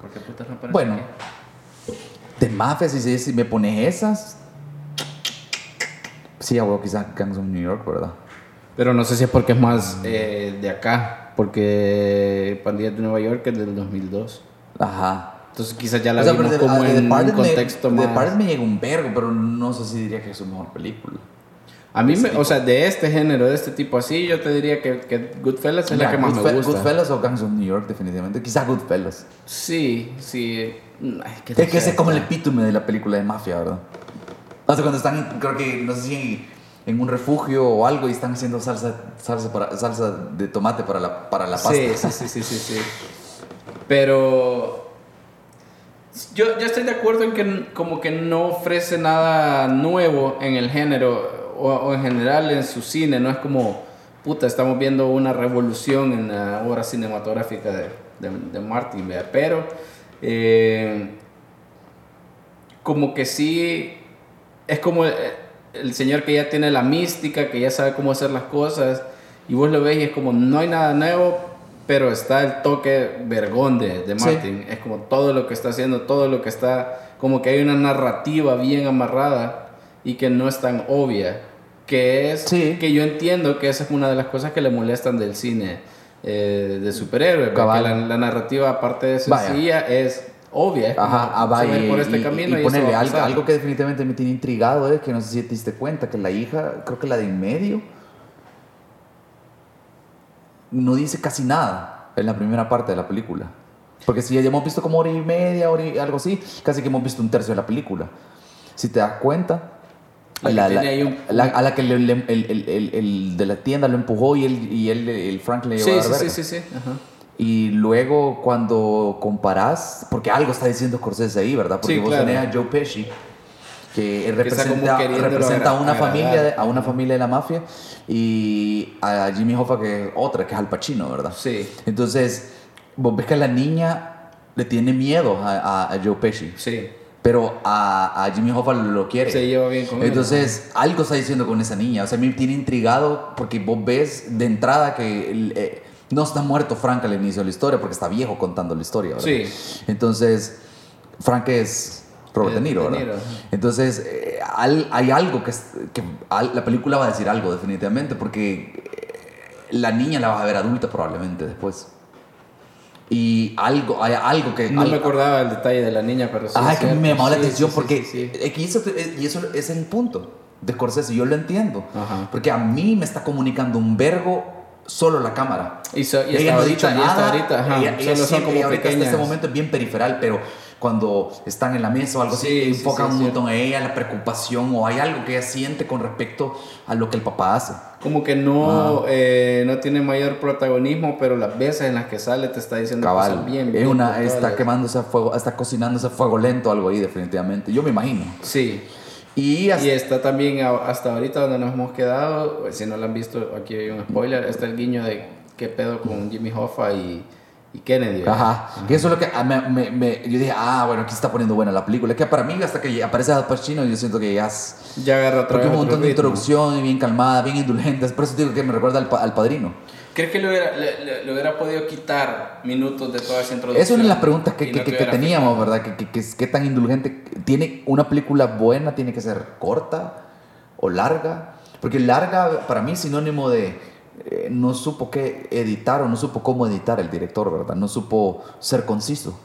Speaker 1: ¿Por qué putas no aparece?
Speaker 2: Bueno.
Speaker 1: aquí?
Speaker 2: De Mafia, si, si- si me pones esas... Sí, a huevo, quizás Gangs of New York, ¿verdad?
Speaker 1: Pero no sé si es porque es más
Speaker 2: Mm.
Speaker 1: eh, de acá. Porque Pandillas de Nueva York es del 2002.
Speaker 2: Ajá.
Speaker 1: Entonces quizás ya la
Speaker 2: O sea, pero
Speaker 1: vimos
Speaker 2: de- ah,
Speaker 1: como
Speaker 2: de
Speaker 1: en un
Speaker 2: Departed me-
Speaker 1: contexto
Speaker 2: de
Speaker 1: más...
Speaker 2: Departed me llega un vergo, pero no sé si diría que es su mejor película.
Speaker 1: A mí, me- o sea, de este género, de este tipo así, yo te diría que, que Goodfellas es la
Speaker 2: Mira,
Speaker 1: que más
Speaker 2: Goodfe-
Speaker 1: me gusta.
Speaker 2: Goodfellas o Gangs of New York, definitivamente. Quizás Goodfellas.
Speaker 1: Sí, sí. Ay, que no
Speaker 2: Es que ese
Speaker 1: sé.
Speaker 2: es como el epítome de la película de mafia, ¿verdad? O sea, cuando están, creo que, no sé si en, en un refugio o algo y están haciendo salsa, salsa, para- salsa de tomate para la, para la pasta.
Speaker 1: Sí, sí, sí, sí, sí, sí. Pero... Yo, yo estoy de acuerdo en que n- como que no ofrece nada nuevo en el género o, o en general en su cine. No es como, puta, estamos viendo una revolución en la obra cinematográfica de, de, de Martin, ¿vea? pero eh, como que sí es como eh, el señor que ya tiene la mística, que ya sabe cómo hacer las cosas, y vos lo ves y es como no hay nada nuevo, pero está el toque vergón de, de
Speaker 2: Sí.
Speaker 1: Martin. Es como todo lo que está haciendo, todo lo que está, como que hay una narrativa bien amarrada y que no es tan obvia, que es
Speaker 2: Sí.
Speaker 1: que yo entiendo que esa es una de las cosas que le molestan del cine eh, de superhéroes, porque
Speaker 2: Cabal.
Speaker 1: la, la narrativa aparte de
Speaker 2: Vaya.
Speaker 1: sencilla es obvia, es como,
Speaker 2: Ajá, ah, va,
Speaker 1: se va a ir
Speaker 2: y,
Speaker 1: por este
Speaker 2: y-
Speaker 1: camino
Speaker 2: y
Speaker 1: y,
Speaker 2: ponerle algo,
Speaker 1: algo
Speaker 2: algo que definitivamente me tiene intrigado es que no sé si te diste cuenta que la hija, creo que la de en medio, no dice casi nada. en la primera parte de la película. Porque si ya hemos visto como hora y media, hora y- algo así, casi que hemos visto un tercio de la película. Si te das cuenta,
Speaker 1: La que
Speaker 2: la- la-
Speaker 1: tiene ahí un-
Speaker 2: la- a la que le- le- el, el- el- el de la tienda lo empujó y el, y el, el Frank le llevó a
Speaker 1: Sí,
Speaker 2: dar
Speaker 1: sí, sí,
Speaker 2: verga.
Speaker 1: sí, sí. Ajá.
Speaker 2: Y luego cuando comparás, porque algo está diciendo Scorsese ahí, ¿verdad? Porque
Speaker 1: Sí,
Speaker 2: vos
Speaker 1: claro.
Speaker 2: tenés a Joe Pesci, que
Speaker 1: está como
Speaker 2: representa,
Speaker 1: queriéndolo
Speaker 2: representa a, una
Speaker 1: agradar.
Speaker 2: familia de, a una familia de la mafia, y a Jimmy Hoffa, que es otra, que es Al Pacino, ¿verdad?
Speaker 1: Sí.
Speaker 2: Entonces, vos ves que la niña le tiene miedo a, a- a Joe Pesci,
Speaker 1: Sí.
Speaker 2: pero a, a Jimmy Hoffa lo quiere.
Speaker 1: Se lleva bien con él.
Speaker 2: Eh, Entonces, algo está diciendo con esa niña. O sea, me tiene intrigado porque vos ves de entrada que el, eh, no está muerto Frank al inicio de la historia porque está viejo contando la historia, ¿verdad?
Speaker 1: Sí.
Speaker 2: Entonces, Frank es Robert
Speaker 1: Eh,
Speaker 2: De Niro,
Speaker 1: De
Speaker 2: ¿verdad?
Speaker 1: Niro, ajá.
Speaker 2: Entonces, eh, al- hay algo que, es- que al- la película va a decir algo definitivamente porque eh, la niña la vas a ver adulta probablemente después. Y algo, hay algo que...
Speaker 1: No
Speaker 2: Eh, al-
Speaker 1: me acordaba el detalle de la niña, pero sí.
Speaker 2: Ah,
Speaker 1: es
Speaker 2: que a mí me
Speaker 1: cierto.
Speaker 2: llamó la
Speaker 1: Sí,
Speaker 2: atención
Speaker 1: sí, sí,
Speaker 2: porque eh,
Speaker 1: sí, sí.
Speaker 2: es que eso- es- y eso es el punto de Scorsese, yo lo entiendo.
Speaker 1: Ajá.
Speaker 2: Porque a mí me está comunicando un vergo solo la cámara.
Speaker 1: Y, so- y
Speaker 2: Ella
Speaker 1: hasta
Speaker 2: no ha dicho
Speaker 1: ahorita, y hasta
Speaker 2: nada,
Speaker 1: ahorita, ajá.
Speaker 2: ella- ella
Speaker 1: Solo son
Speaker 2: siempre- ella
Speaker 1: como
Speaker 2: ahorita hasta
Speaker 1: pequeñas.
Speaker 2: este momento es bien periferal, pero cuando están en la mesa o algo
Speaker 1: Sí,
Speaker 2: así,
Speaker 1: sí,
Speaker 2: enfocan
Speaker 1: sí,
Speaker 2: un
Speaker 1: sí.
Speaker 2: montón a ella, la preocupación o hay algo que ella siente con respecto a lo que el papá hace.
Speaker 1: Como que no, eh, no tiene mayor protagonismo, pero las veces en las que sale te está diciendo
Speaker 2: Cabal,
Speaker 1: cosas bien.
Speaker 2: es
Speaker 1: bien
Speaker 2: una,
Speaker 1: puntuales.
Speaker 2: está quemándose a fuego, está cocinándose a fuego lento algo ahí definitivamente, yo me imagino.
Speaker 1: Sí.
Speaker 2: Y hasta-
Speaker 1: Y está también a- hasta ahorita donde nos hemos quedado. pues, Si no lo han visto, aquí hay un spoiler. Está el guiño de qué pedo con Jimmy Hoffa y, y Kennedy.
Speaker 2: Ajá. Este, Que eso es lo que ah, me, me- me- yo dije, ah, bueno, aquí se está poniendo buena la película. Que para mí, hasta que aparece Al Pacino, yo siento que ya. es-
Speaker 1: Ya agarra otra
Speaker 2: Porque es
Speaker 1: vez otro
Speaker 2: un montón de
Speaker 1: ritmo.
Speaker 2: introducción y bien calmada, bien indulgente. Es Por eso digo que me recuerda al, pa- al padrino.
Speaker 1: ¿Crees que le hubiera, le- le- le hubiera podido quitar minutos de toda esa introducción?
Speaker 2: Es una de las preguntas que,
Speaker 1: Y
Speaker 2: que-
Speaker 1: no
Speaker 2: que-
Speaker 1: te
Speaker 2: que
Speaker 1: hubiera
Speaker 2: teníamos, ¿verdad? Que, que- que es- ¿Qué tan indulgente? ¿Tiene una película buena? ¿Tiene que ser corta o larga? Porque larga, para mí, es sinónimo de. eh, no supo qué editar o no supo cómo editar el director, ¿verdad? No supo ser conciso,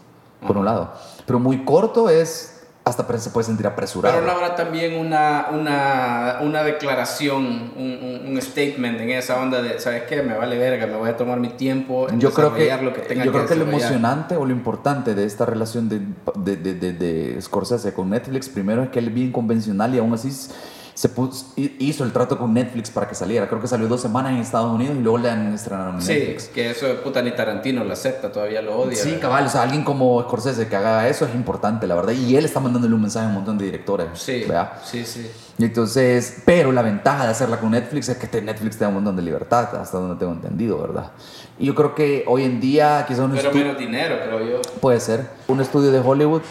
Speaker 2: por un lado. Pero muy corto es. Hasta pre- se puede sentir apresurado.
Speaker 1: Pero no habrá también una, una, una declaración, un, un, un statement en esa onda de, ¿sabes qué? Me vale verga, me voy a tomar mi tiempo en
Speaker 2: yo creo que,
Speaker 1: desarrollar lo que tenga
Speaker 2: yo creo que lo
Speaker 1: desarrollar".
Speaker 2: emocionante o lo importante de esta relación de, de, de- de- de Scorsese con Netflix primero es que él es bien convencional y aún así s- se pus- hi- hizo el trato con Netflix para que saliera creo que salió dos semanas en Estados Unidos y luego le han estrenado en
Speaker 1: Sí,
Speaker 2: Netflix
Speaker 1: que eso de puta ni Tarantino lo acepta, todavía lo odia.
Speaker 2: sí
Speaker 1: ¿verdad?
Speaker 2: cabal o sea alguien como Scorsese que haga eso es importante la verdad y él está mandándole un mensaje a un montón de directores
Speaker 1: Sí,
Speaker 2: ¿verdad?
Speaker 1: sí, sí.
Speaker 2: Y entonces, pero la ventaja de hacerla con Netflix es que este Netflix te da un montón de libertad, hasta donde tengo entendido, ¿verdad? Y yo creo que hoy en día quizás un
Speaker 1: Pero
Speaker 2: estu-
Speaker 1: menos dinero, creo yo.
Speaker 2: Puede ser. Un estudio de Hollywood,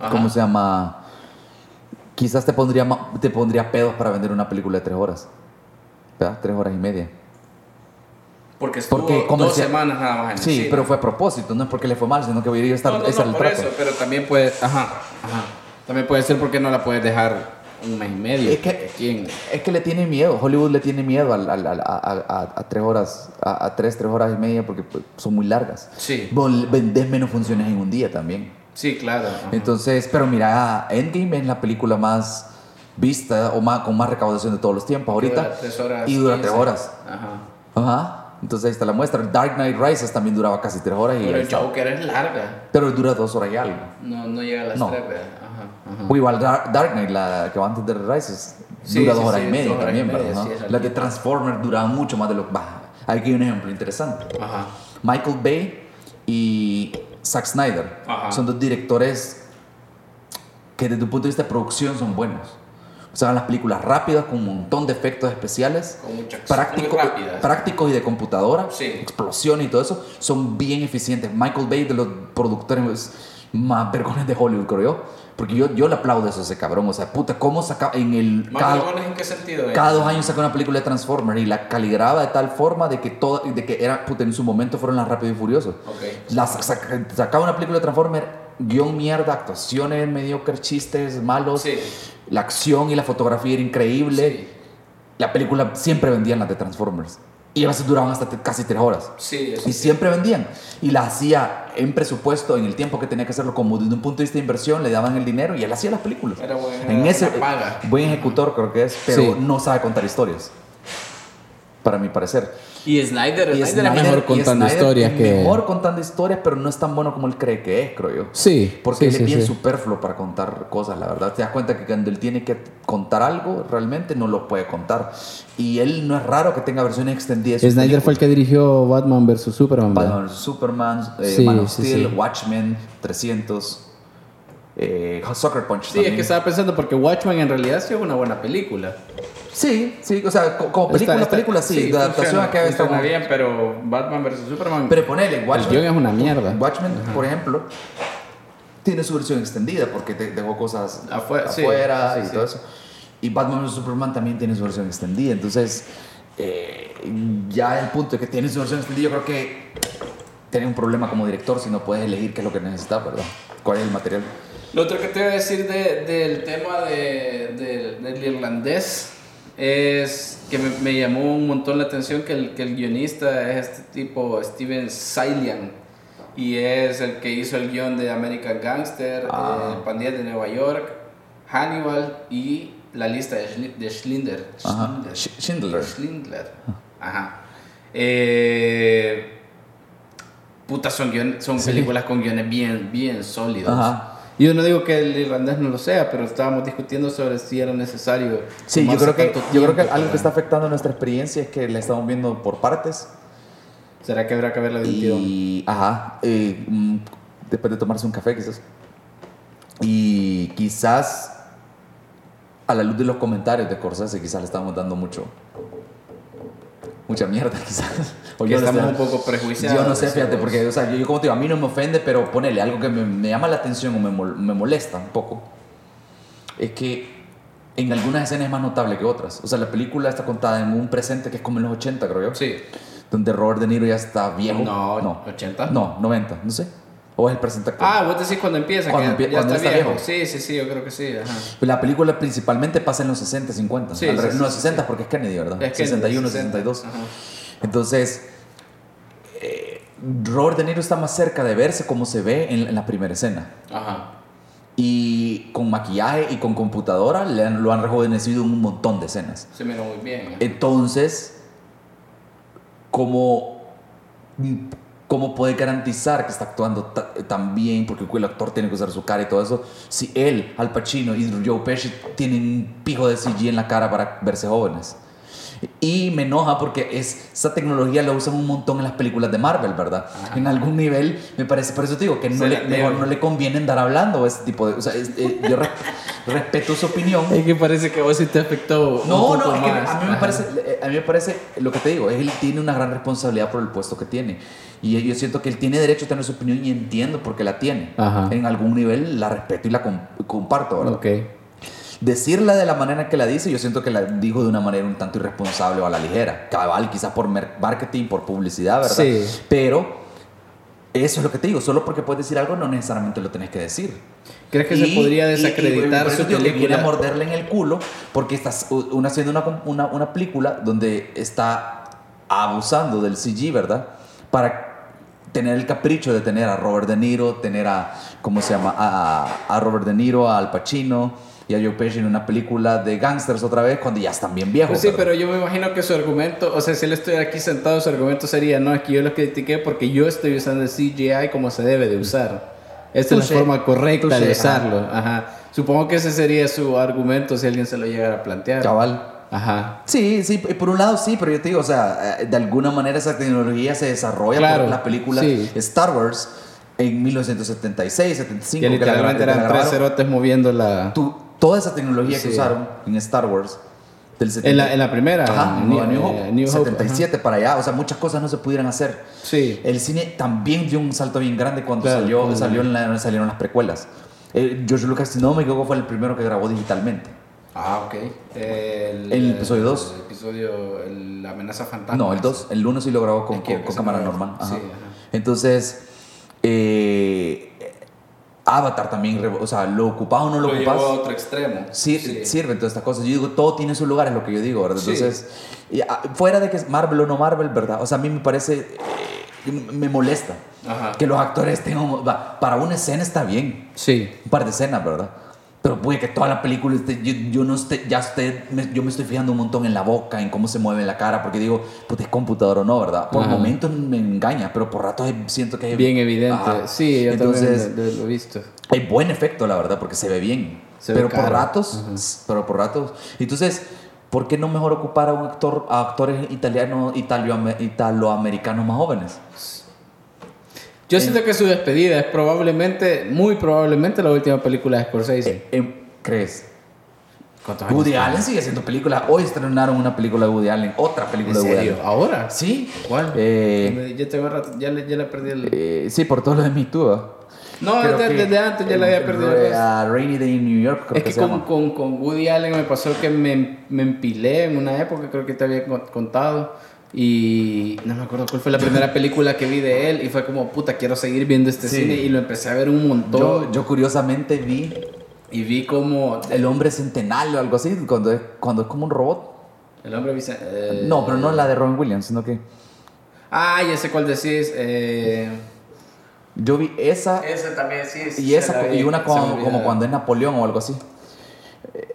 Speaker 1: Ajá.
Speaker 2: ¿cómo se llama? Quizás te pondría, ma- te pondría pedos para vender una película de tres horas. ¿Verdad? Tres horas y media.
Speaker 1: Porque estuvo
Speaker 2: Porque
Speaker 1: dos
Speaker 2: comercial-
Speaker 1: semanas nada más en el
Speaker 2: Sí,
Speaker 1: cine.
Speaker 2: pero fue a propósito, no es porque le fue mal, sino que voy a estar
Speaker 1: Ah, no, no,
Speaker 2: ese era
Speaker 1: no,
Speaker 2: el
Speaker 1: por
Speaker 2: trato.
Speaker 1: eso, pero también puede, ajá, ajá. También puede ser porque no la puedes dejar un mes y medio.
Speaker 2: Es que-
Speaker 1: ¿Quién?
Speaker 2: Es que le tiene miedo, Hollywood le tiene miedo al- al- al- a, a- a- a tres horas, a, a tres, tres horas y media porque pues, son muy largas.
Speaker 1: Sí.
Speaker 2: Vol- Vendés menos funciones en un día también.
Speaker 1: Sí, claro. ajá.
Speaker 2: Entonces, pero mira, Endgame es la película más vista o más, con más recaudación de todos los tiempos
Speaker 1: Que
Speaker 2: ahorita.
Speaker 1: dura tres horas
Speaker 2: y dura tres
Speaker 1: quince.
Speaker 2: horas.
Speaker 1: Ajá.
Speaker 2: Ajá. Entonces ahí está la muestra. Dark Knight Rises también duraba casi tres horas y
Speaker 1: Pero
Speaker 2: ahí
Speaker 1: el
Speaker 2: está.
Speaker 1: Joker es larga.
Speaker 2: Pero dura dos horas y algo.
Speaker 1: No, no llega a las
Speaker 2: No.
Speaker 1: tres, ¿verdad? Ajá, ajá.
Speaker 2: O igual Dar- Dark Knight, la que va antes de Rises,
Speaker 1: Sí,
Speaker 2: dura
Speaker 1: sí,
Speaker 2: dos horas
Speaker 1: sí,
Speaker 2: y media
Speaker 1: dos horas y
Speaker 2: también,
Speaker 1: media,
Speaker 2: ¿verdad?
Speaker 1: sí, es
Speaker 2: la de Transformers duraba mucho más de lo que... Bah, aquí hay un ejemplo interesante.
Speaker 1: Ajá.
Speaker 2: Michael Bay y Zack Snyder
Speaker 1: Ajá.
Speaker 2: son dos directores que desde un punto de vista de producción son buenos. O sea, las películas rápidas con un montón de efectos especiales,
Speaker 1: Con mucha acción,
Speaker 2: prácticos,
Speaker 1: muy rápidas.
Speaker 2: prácticos y de computadora,
Speaker 1: Sí.
Speaker 2: explosiones y todo eso, son bien eficientes. Michael Bay de los productores más vergones de Hollywood, creo yo. Porque yo, yo le aplaudo eso a ese cabrón. O sea, puta, ¿cómo saca en el...
Speaker 1: ¿Más
Speaker 2: cada-
Speaker 1: dragones en qué sentido es?
Speaker 2: cada dos años saca una película de Transformers y la caligraba de tal forma de que toda, de que era, puta, en su momento fueron las Rápido y Furioso.
Speaker 1: Ok.
Speaker 2: La sa- saca- sacaba una película de Transformers, guión mierda, actuaciones mediocres, chistes malos,
Speaker 1: Sí.
Speaker 2: la acción y la fotografía era increíble.
Speaker 1: Sí.
Speaker 2: La película siempre vendían las de Transformers y a veces duraban hasta te- casi tres horas.
Speaker 1: Sí, eso
Speaker 2: Y
Speaker 1: sí.
Speaker 2: siempre vendían. Y la hacía en presupuesto, en el tiempo que tenía que hacerlo, como desde un punto de vista de inversión, le daban el dinero y él hacía las películas.
Speaker 1: Era buen-
Speaker 2: en
Speaker 1: era
Speaker 2: ese,
Speaker 1: buena paga.
Speaker 2: buen ejecutor creo que es, pero
Speaker 1: Sí.
Speaker 2: no sabe contar historias, para mi parecer.
Speaker 3: Y Snyder,
Speaker 2: Y
Speaker 3: Snyder, es mejor.
Speaker 1: mejor contando
Speaker 2: Snyder
Speaker 1: historias
Speaker 2: es
Speaker 1: que-
Speaker 2: Mejor contando historias, pero no es tan bueno como él cree que es, creo yo.
Speaker 1: Sí,
Speaker 2: Porque
Speaker 1: sí,
Speaker 2: él es
Speaker 1: sí,
Speaker 2: bien
Speaker 1: sí.
Speaker 2: superfluo para contar cosas, la verdad. Te das cuenta que cuando él tiene que contar algo, realmente no lo puede contar. Y él no es raro que tenga versiones extendidas. de sus
Speaker 1: Snyder fue el
Speaker 2: películas.
Speaker 1: que dirigió Batman vs Superman. ¿verdad?
Speaker 2: Batman, Superman, eh,
Speaker 1: Sí,
Speaker 2: Man of
Speaker 1: sí,
Speaker 2: Steel,
Speaker 1: sí.
Speaker 2: Watchmen, 300, eh, Sucker Punch
Speaker 1: Sí, es
Speaker 2: también.
Speaker 1: que estaba pensando porque Watchmen en realidad sí es una buena película.
Speaker 2: Sí, sí, o sea, co- como Oh, película,
Speaker 1: Está- está-
Speaker 2: película, sí, de adaptación
Speaker 1: funciona,
Speaker 2: a que está
Speaker 1: funciona
Speaker 2: muy-
Speaker 1: bien, pero Batman vs Superman.
Speaker 2: Pero ponele,
Speaker 1: el guión
Speaker 2: Watchmen,
Speaker 1: es una mierda.
Speaker 2: Watchmen, por ejemplo, tiene su versión extendida porque te- dejó cosas
Speaker 1: Afue- sí,
Speaker 2: afuera
Speaker 1: sí,
Speaker 2: y
Speaker 1: sí.
Speaker 2: todo eso. Y Batman vs Superman también tiene su versión extendida. Entonces, eh, ya el punto de que tiene su versión extendida, yo creo que tiene un problema como director si no puedes elegir qué es lo que necesitas, ¿verdad? ¿Cuál es el material?
Speaker 1: Lo otro que te iba a decir de- del tema de- de- del irlandés es que me, me llamó un montón la atención que el, que el guionista es este tipo Steven Salian y es el que hizo el guión de American Gangster,
Speaker 2: Ah.
Speaker 1: eh, Pandillas de Nueva York, Hannibal y la lista de, Schli- de Schindler.
Speaker 2: Ajá. Sch- Schindler.
Speaker 1: Schindler. Ajá. Eh, putas, son, guion- son películas con guiones bien, bien sólidos.
Speaker 2: Ajá.
Speaker 1: Y Yo no digo que el irlandés no lo sea, pero estábamos discutiendo sobre si era necesario.
Speaker 2: Sí, yo
Speaker 1: tomarse
Speaker 2: creo, que,
Speaker 1: tanto
Speaker 2: yo creo que
Speaker 1: tiempo
Speaker 2: algo
Speaker 1: para-
Speaker 2: que está afectando nuestra experiencia es que la estamos viendo por partes.
Speaker 1: ¿Será que habrá que verla de un tirón?
Speaker 2: Y, ajá, eh, mm, después de tomarse un café quizás. Y quizás a la luz de los comentarios de Corsese, quizás le estamos dando mucho... Mucha mierda, quizás. O
Speaker 1: Que
Speaker 2: yo no
Speaker 1: estamos
Speaker 2: sé.
Speaker 1: un poco prejuiciados.
Speaker 2: Yo no sé, fíjate,
Speaker 1: decimos.
Speaker 2: porque, o sea, yo, yo como te digo, a mí no me ofende, pero ponele algo que me, me llama la atención o me, mol- me molesta un poco. Es que en algunas escenas es más notable que otras. O sea, la película está contada en un presente que es como en los 80, creo yo.
Speaker 1: Sí.
Speaker 2: Donde Robert De Niro ya está viejo.
Speaker 1: No, 80.
Speaker 2: No, 90, no sé. O es el presente actual.
Speaker 1: Ah, vos decís cuando empieza,
Speaker 2: Cuando
Speaker 1: que
Speaker 2: empie-
Speaker 1: ya
Speaker 2: cuando
Speaker 1: está,
Speaker 2: está
Speaker 1: viejo.
Speaker 2: viejo.
Speaker 1: Sí, sí, sí, yo creo que sí. Ajá.
Speaker 2: La película principalmente pasa en los 60, 50.
Speaker 1: Sí,
Speaker 2: Al
Speaker 1: sí,
Speaker 2: re-
Speaker 1: sí,
Speaker 2: no,
Speaker 1: sí,
Speaker 2: 60 porque es Kennedy, ¿verdad?
Speaker 1: Es Ah. que-
Speaker 2: 61,
Speaker 1: 60.
Speaker 2: 62.
Speaker 1: Ajá.
Speaker 2: Entonces, eh, Robert De Niro está más cerca de verse como se ve en, en la primera escena.
Speaker 1: Ajá.
Speaker 2: Y con maquillaje y con computadora le han- lo han rejuvenecido en un montón de escenas.
Speaker 1: Se miró muy bien. ¿eh?
Speaker 2: Entonces, ¿cómo, cómo puede garantizar que está actuando ta- tan bien? Porque el actor tiene que usar su cara y todo eso. Si él, Al Pacino y Joe Pesci tienen un pijo de CG en la cara para verse jóvenes. Y me enoja porque es, esa tecnología la usan un montón en las películas de Marvel, ¿verdad? En algún nivel, me parece, por eso te digo, que no
Speaker 1: Se
Speaker 2: le,
Speaker 1: la
Speaker 2: mejor
Speaker 1: deben.
Speaker 2: no le conviene andar hablando ese tipo de... O sea, es- eh, yo re- respeto su opinión,
Speaker 1: Es que parece que a vos sí te afectó.
Speaker 2: no,
Speaker 1: un
Speaker 2: no,
Speaker 1: poco
Speaker 2: es que
Speaker 1: más.
Speaker 2: a mí me
Speaker 1: Ajá.
Speaker 2: parece, eh, a mí me parece lo que te digo, él tiene una gran responsabilidad por el puesto que tiene. Y yo siento que él tiene derecho a tener su opinión y entiendo por qué la tiene.
Speaker 1: Ajá.
Speaker 2: En algún nivel la respeto y la com- comparto, ¿verdad?
Speaker 1: Ok.
Speaker 2: Decirla de la manera que la dice, yo siento que la dijo de una manera un tanto irresponsable o a la ligera. Cabal, quizás por mer- marketing, por publicidad, ¿verdad?
Speaker 1: Sí.
Speaker 2: Pero eso es lo que te digo, solo porque puedes decir algo no necesariamente lo tenés que decir.
Speaker 1: ¿Crees que
Speaker 2: Y-
Speaker 1: se podría
Speaker 2: y- y- y
Speaker 1: desacreditar
Speaker 2: por eso
Speaker 1: su
Speaker 2: digo que
Speaker 1: película?
Speaker 2: viene a morderle en el culo porque estás u- una, haciendo una, com- una, una película donde está abusando del CG, ¿verdad? Para tener el capricho de tener a Robert De Niro, tener a, ¿cómo se llama? A, a Robert De Niro, a Al Pacino y a Joe Pesci en una película de gangsters otra vez cuando ya están bien viejos.
Speaker 1: Pues sí,
Speaker 2: ¿verdad?
Speaker 1: pero yo me imagino que su argumento, o sea, si él estuviera aquí sentado, su argumento sería, no, es que yo lo critiqué porque yo estoy usando el CGI como se debe de usar. Esta es
Speaker 2: Touché.
Speaker 1: la forma correcta
Speaker 2: Touché,
Speaker 1: de
Speaker 2: ajá.
Speaker 1: usarlo. Ajá. Supongo que ese sería su argumento si alguien se lo llegara a plantear.
Speaker 2: Cabal.
Speaker 1: Ajá.
Speaker 2: Sí, sí, y por un lado sí, pero yo te digo, o sea, eh, de alguna manera esa tecnología se desarrolla
Speaker 1: Claro,
Speaker 2: por la película
Speaker 1: sí.
Speaker 2: Star Wars en 1976, 75.
Speaker 1: Que
Speaker 2: que la gra-
Speaker 1: literalmente
Speaker 2: que la
Speaker 1: eran tres
Speaker 2: grabaron.
Speaker 1: cerotes moviendo la...
Speaker 2: Tú- Toda esa tecnología que
Speaker 1: Sí.
Speaker 2: usaron en Star Wars del
Speaker 1: En la, en la primera.
Speaker 2: Ajá,
Speaker 1: en
Speaker 2: en New, New Hope,
Speaker 1: eh, New Hope, ajá.
Speaker 2: 77 para allá, o sea, muchas cosas no se pudieran hacer.
Speaker 1: Sí.
Speaker 2: El cine también dio un salto bien grande cuando
Speaker 1: Claro,
Speaker 2: salió,
Speaker 1: cuando-
Speaker 2: salió en la- salieron las precuelas. Eh, George Lucas, si no me equivoco, fue el primero que grabó digitalmente.
Speaker 1: Ah, ok. El,
Speaker 2: El episodio dos.
Speaker 1: El episodio, el- la amenaza fantasma.
Speaker 2: No, el 2, el 1 sí lo grabó con,
Speaker 1: Es Ah, pues. que
Speaker 2: con- con
Speaker 1: se
Speaker 2: cámara
Speaker 1: grabó.
Speaker 2: normal.
Speaker 1: Sí,
Speaker 2: ajá.
Speaker 1: ajá.
Speaker 2: Entonces, eh, Avatar también, re- o sea, lo ocupás o no lo,
Speaker 1: Lo llevó
Speaker 2: ocupás.
Speaker 1: a otro extremo.
Speaker 2: sir- Sirve todas estas cosas. Yo digo, todo tiene su lugar, es lo que yo digo, ¿verdad?
Speaker 1: Sí.
Speaker 2: Entonces, y, ah, fuera de que es Marvel o no Marvel, ¿verdad? O sea, a mí me parece, eh, me molesta
Speaker 1: Ajá.
Speaker 2: que los actores tengan, va, para una escena está bien,
Speaker 1: Sí.
Speaker 2: un par de escenas, ¿verdad? Pero puede que toda la película esté- yo, yo no esté, ya esté, me- yo me estoy fijando un montón en la boca, en cómo se mueve la cara, porque digo, pues es computador o no, ¿verdad? Por
Speaker 1: Ajá.
Speaker 2: momentos me engaña, pero por ratos siento que es
Speaker 1: Bien evidente.
Speaker 2: Ajá.
Speaker 1: Sí, yo
Speaker 2: Entonces,
Speaker 1: también lo- lo- lo he visto.
Speaker 2: hay buen efecto, la verdad, porque se ve bien.
Speaker 1: Se ve
Speaker 2: pero por
Speaker 1: caro.
Speaker 2: ratos, s- pero por ratos. Entonces, ¿por qué no mejor ocupar a un actor, a actores italianos, italoame- italoamericanos más jóvenes?
Speaker 1: Yo siento que su despedida es probablemente, muy probablemente, la última película de Scorsese.
Speaker 2: Em, ¿Crees?
Speaker 1: Eh, ¿Cuántos años
Speaker 2: Woody
Speaker 1: tiene?
Speaker 2: Allen sigue haciendo películas. Hoy estrenaron una película de Woody Allen, otra película
Speaker 1: ¿En
Speaker 2: de Woody
Speaker 1: serio?
Speaker 2: Allen.
Speaker 1: ¿Ahora?
Speaker 2: ¿Sí?
Speaker 1: ¿Cuál?
Speaker 2: Eh,
Speaker 1: Ya tengo rato, ya le, ya le perdí el...
Speaker 2: eh, sí, por todo lo de ¿ah? mi tuba.
Speaker 1: No, desde, desde antes ya le había perdido. el-
Speaker 2: Rainy Day in New York, creo
Speaker 1: Es
Speaker 2: que,
Speaker 1: que
Speaker 2: se
Speaker 1: con,
Speaker 2: llama.
Speaker 1: con- con Woody Allen me pasó que me, me empilé en una época, creo que te había con- contado. Y no me acuerdo cuál fue la primera película que vi de él. Y fue como, puta, quiero seguir viendo este
Speaker 2: Sí.
Speaker 1: cine. Y lo empecé a ver un montón.
Speaker 2: Yo, yo curiosamente vi
Speaker 1: y vi como eh,
Speaker 2: El Hombre Centenario o algo así, cuando es, cuando es como un robot.
Speaker 1: el hombre Vicen- eh,
Speaker 2: No, pero no la de Robin Williams, sino que
Speaker 1: Ah, ya sé cuál decís. eh,
Speaker 2: yo vi esa
Speaker 1: Esa también sí. sí,
Speaker 2: y
Speaker 1: se
Speaker 2: esa
Speaker 1: la vi,
Speaker 2: y una
Speaker 1: se
Speaker 2: como,
Speaker 1: me olvidaba.
Speaker 2: como cuando es Napoleón o algo así. Eh,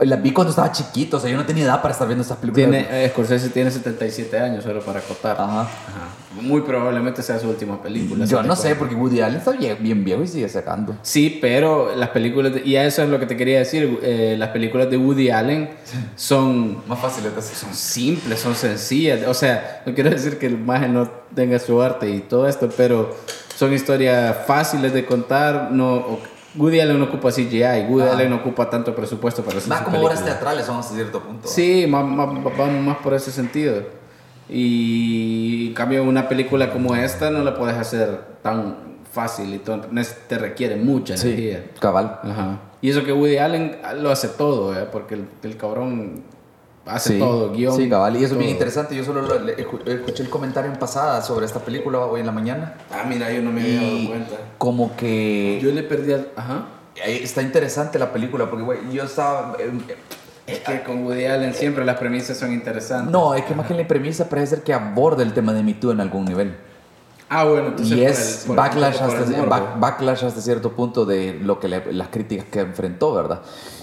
Speaker 2: La vi cuando estaba chiquito, o sea, yo no tenía edad para estar viendo estas películas.
Speaker 1: Tiene, eh, Scorsese tiene 77 años, solo para acotar.
Speaker 2: Ajá.
Speaker 1: Ajá. Muy probablemente sea su última película.
Speaker 2: Ah. Yo
Speaker 1: ¿sabes
Speaker 2: no
Speaker 1: cuál?
Speaker 2: sé, porque Woody Allen está bien, bien viejo y sigue sacando.
Speaker 1: Sí, pero las películas, de- y a eso es lo que te quería decir, eh, las películas de Woody Allen son
Speaker 2: Más fácil es decir.
Speaker 1: son simples, son sencillas. O sea, no quiero decir que el maje no tenga su arte y todo esto, pero son historias fáciles de contar. No, o- Woody Allen no ocupa CGI, Woody
Speaker 2: Ah.
Speaker 1: Allen no ocupa tanto presupuesto para hacer
Speaker 2: Más
Speaker 1: su
Speaker 2: como obras
Speaker 1: película.
Speaker 2: teatrales son hasta cierto punto.
Speaker 1: Sí, más, más, vamos más por ese sentido. Y en cambio, una película como esta no la puedes hacer tan fácil y todo, nes- te requiere mucha energía.
Speaker 2: cabal.
Speaker 1: Ajá. Y eso que Woody Allen ah, lo hace todo, ¿eh? porque el, el cabrón hace
Speaker 2: Sí,
Speaker 1: todo, guión.
Speaker 2: Sí, cabal. Y eso es bien
Speaker 1: todo.
Speaker 2: interesante. Yo solo lo- le- escu- escuché el comentario en pasada sobre esta película hoy en la mañana.
Speaker 1: Ah, mira, yo no me había dado
Speaker 2: Y
Speaker 1: cuenta.
Speaker 2: como que...
Speaker 1: Yo le perdí al... Ajá.
Speaker 2: Ahí Está interesante la película porque, güey, yo estaba... eh,
Speaker 1: Es que con Woody Allen siempre las premisas son interesantes.
Speaker 2: no, es que más que en la premisa parece ser que aborda el tema de Me Too en algún nivel.
Speaker 1: Ah, bueno, entonces...
Speaker 2: Y
Speaker 1: por
Speaker 2: es
Speaker 1: el- por el-
Speaker 2: backlash,
Speaker 1: por el
Speaker 2: hasta,
Speaker 1: morbo.
Speaker 2: back- backlash hasta cierto punto de lo que le- las críticas que enfrentó, ¿verdad?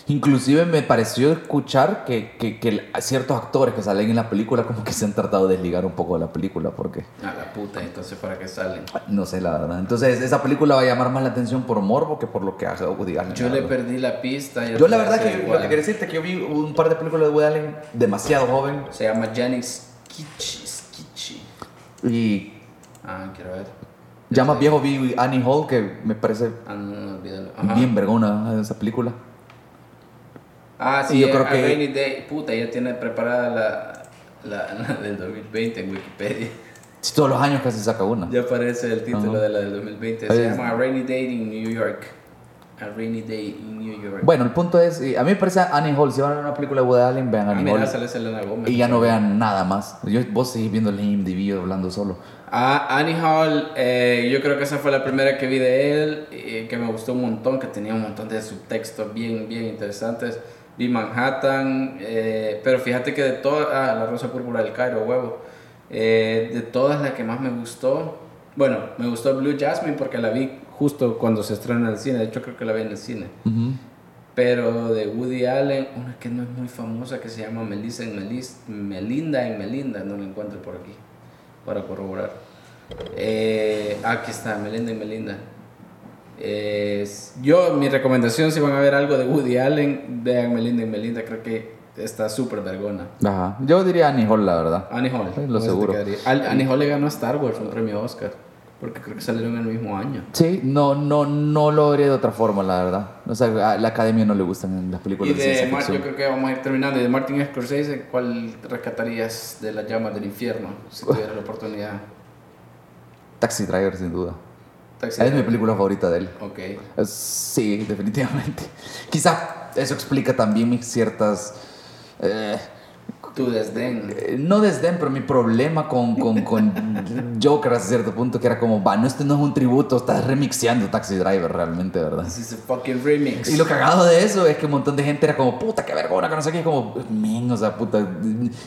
Speaker 2: Inclusive me pareció escuchar que, que- que el- ciertos actores que salen en la película como que se han tratado de desligar un poco de la película porque...
Speaker 1: A la puta, entonces, ¿para qué salen?
Speaker 2: No sé, la verdad. Entonces, esa película va a llamar más la atención por morbo que por lo que haga Woody Allen.
Speaker 1: Yo
Speaker 2: la
Speaker 1: le
Speaker 2: verdad.
Speaker 1: perdí la pista. ya
Speaker 2: Yo la
Speaker 1: te
Speaker 2: verdad
Speaker 1: voy a
Speaker 2: que
Speaker 1: hacer
Speaker 2: lo que
Speaker 1: igual.
Speaker 2: quería decirte que yo vi un par de películas de Woody Allen demasiado joven
Speaker 1: Se llama Janis Kitchi. Skitchi.
Speaker 2: y
Speaker 1: Ah, quiero ver.
Speaker 2: ya más viejo vi Annie Hall que me parece
Speaker 1: Ah, no, no, olvídalo. Ajá.
Speaker 2: bien vergona esa película.
Speaker 1: Ah,
Speaker 2: Y
Speaker 1: sí,
Speaker 2: yo
Speaker 1: yo
Speaker 2: creo que-
Speaker 1: Rainy Day. Puta, ya tiene preparada la, la, la del 2020 en Wikipedia.
Speaker 2: Sí, todos los años casi saca una.
Speaker 1: Ya aparece el título de la del 2020.
Speaker 2: Ahí
Speaker 1: Se
Speaker 2: es-
Speaker 1: llama A Rainy Day in New York. A Rainy Day in New York.
Speaker 2: Bueno, el punto es, y a mí me parece Annie Hall, si van a ver una película de Woody Allen, vean
Speaker 1: ah,
Speaker 2: Annie
Speaker 1: mira,
Speaker 2: Hall
Speaker 1: sale Selena Gomez.
Speaker 2: y ya no vean nada más. Yo, vos seguís viendo el IMDb hablando solo.
Speaker 1: Ah, Annie Hall, eh, yo creo que esa fue la primera que vi de él, eh, que me gustó un montón, que tenía un montón de subtextos bien, bien interesantes. Vi Manhattan, eh, pero fíjate que de todas, ah, La Rosa Púrpura del Cairo, huevo, Eh, de todas la que más me gustó, bueno, me gustó Blue Jasmine porque la vi justo cuando se estrena en el cine, de hecho creo que la vi en el cine,
Speaker 2: Ujú.
Speaker 1: pero de Woody Allen, una que no es muy famosa que se llama Melissa en Melis, Melinda en Melinda, no la encuentro por aquí para corroborar. Eh, aquí está, Melinda y Melinda. Es- yo, mi recomendación, si van a ver algo de Woody Allen, vean Melinda y Melinda, creo que está súper vergona.
Speaker 2: Ajá. Yo diría Annie Hall, la verdad.
Speaker 1: Annie Hall.
Speaker 2: Lo
Speaker 1: con eso te
Speaker 2: seguro.
Speaker 1: quedaría. Al- Annie Hall le ganó a Star Wars un premio Oscar, porque creo que salieron en el mismo año.
Speaker 2: Sí, no, no, no lo haría de otra forma, la verdad. O sea, a la academia no le gustan las
Speaker 1: Y
Speaker 2: películas de,
Speaker 1: de
Speaker 2: ciencia
Speaker 1: Mar-
Speaker 2: ficción.
Speaker 1: yo creo que vamos a ir terminando. Y de Martin Scorsese, ¿cuál rescatarías de las llamas del infierno si tuvieras la oportunidad?
Speaker 2: Taxi Driver, sin duda.
Speaker 1: Taxi.
Speaker 2: Esa es mi película favorita de él.
Speaker 1: Ok.
Speaker 2: Es- Sí, definitivamente. Quizá eso explica también mis ciertas... eh,
Speaker 1: Tu desdén.
Speaker 2: eh, no desdén, pero mi problema con, con, con Joker hasta cierto punto, que era como, va, no, este no es un tributo, estás remixeando Taxi Driver realmente, ¿verdad?
Speaker 1: This is a fucking remix.
Speaker 2: Y lo cagado de eso es que un montón de gente era como, puta, qué vergona, que no sé qué. Y como, men, o sea, puta.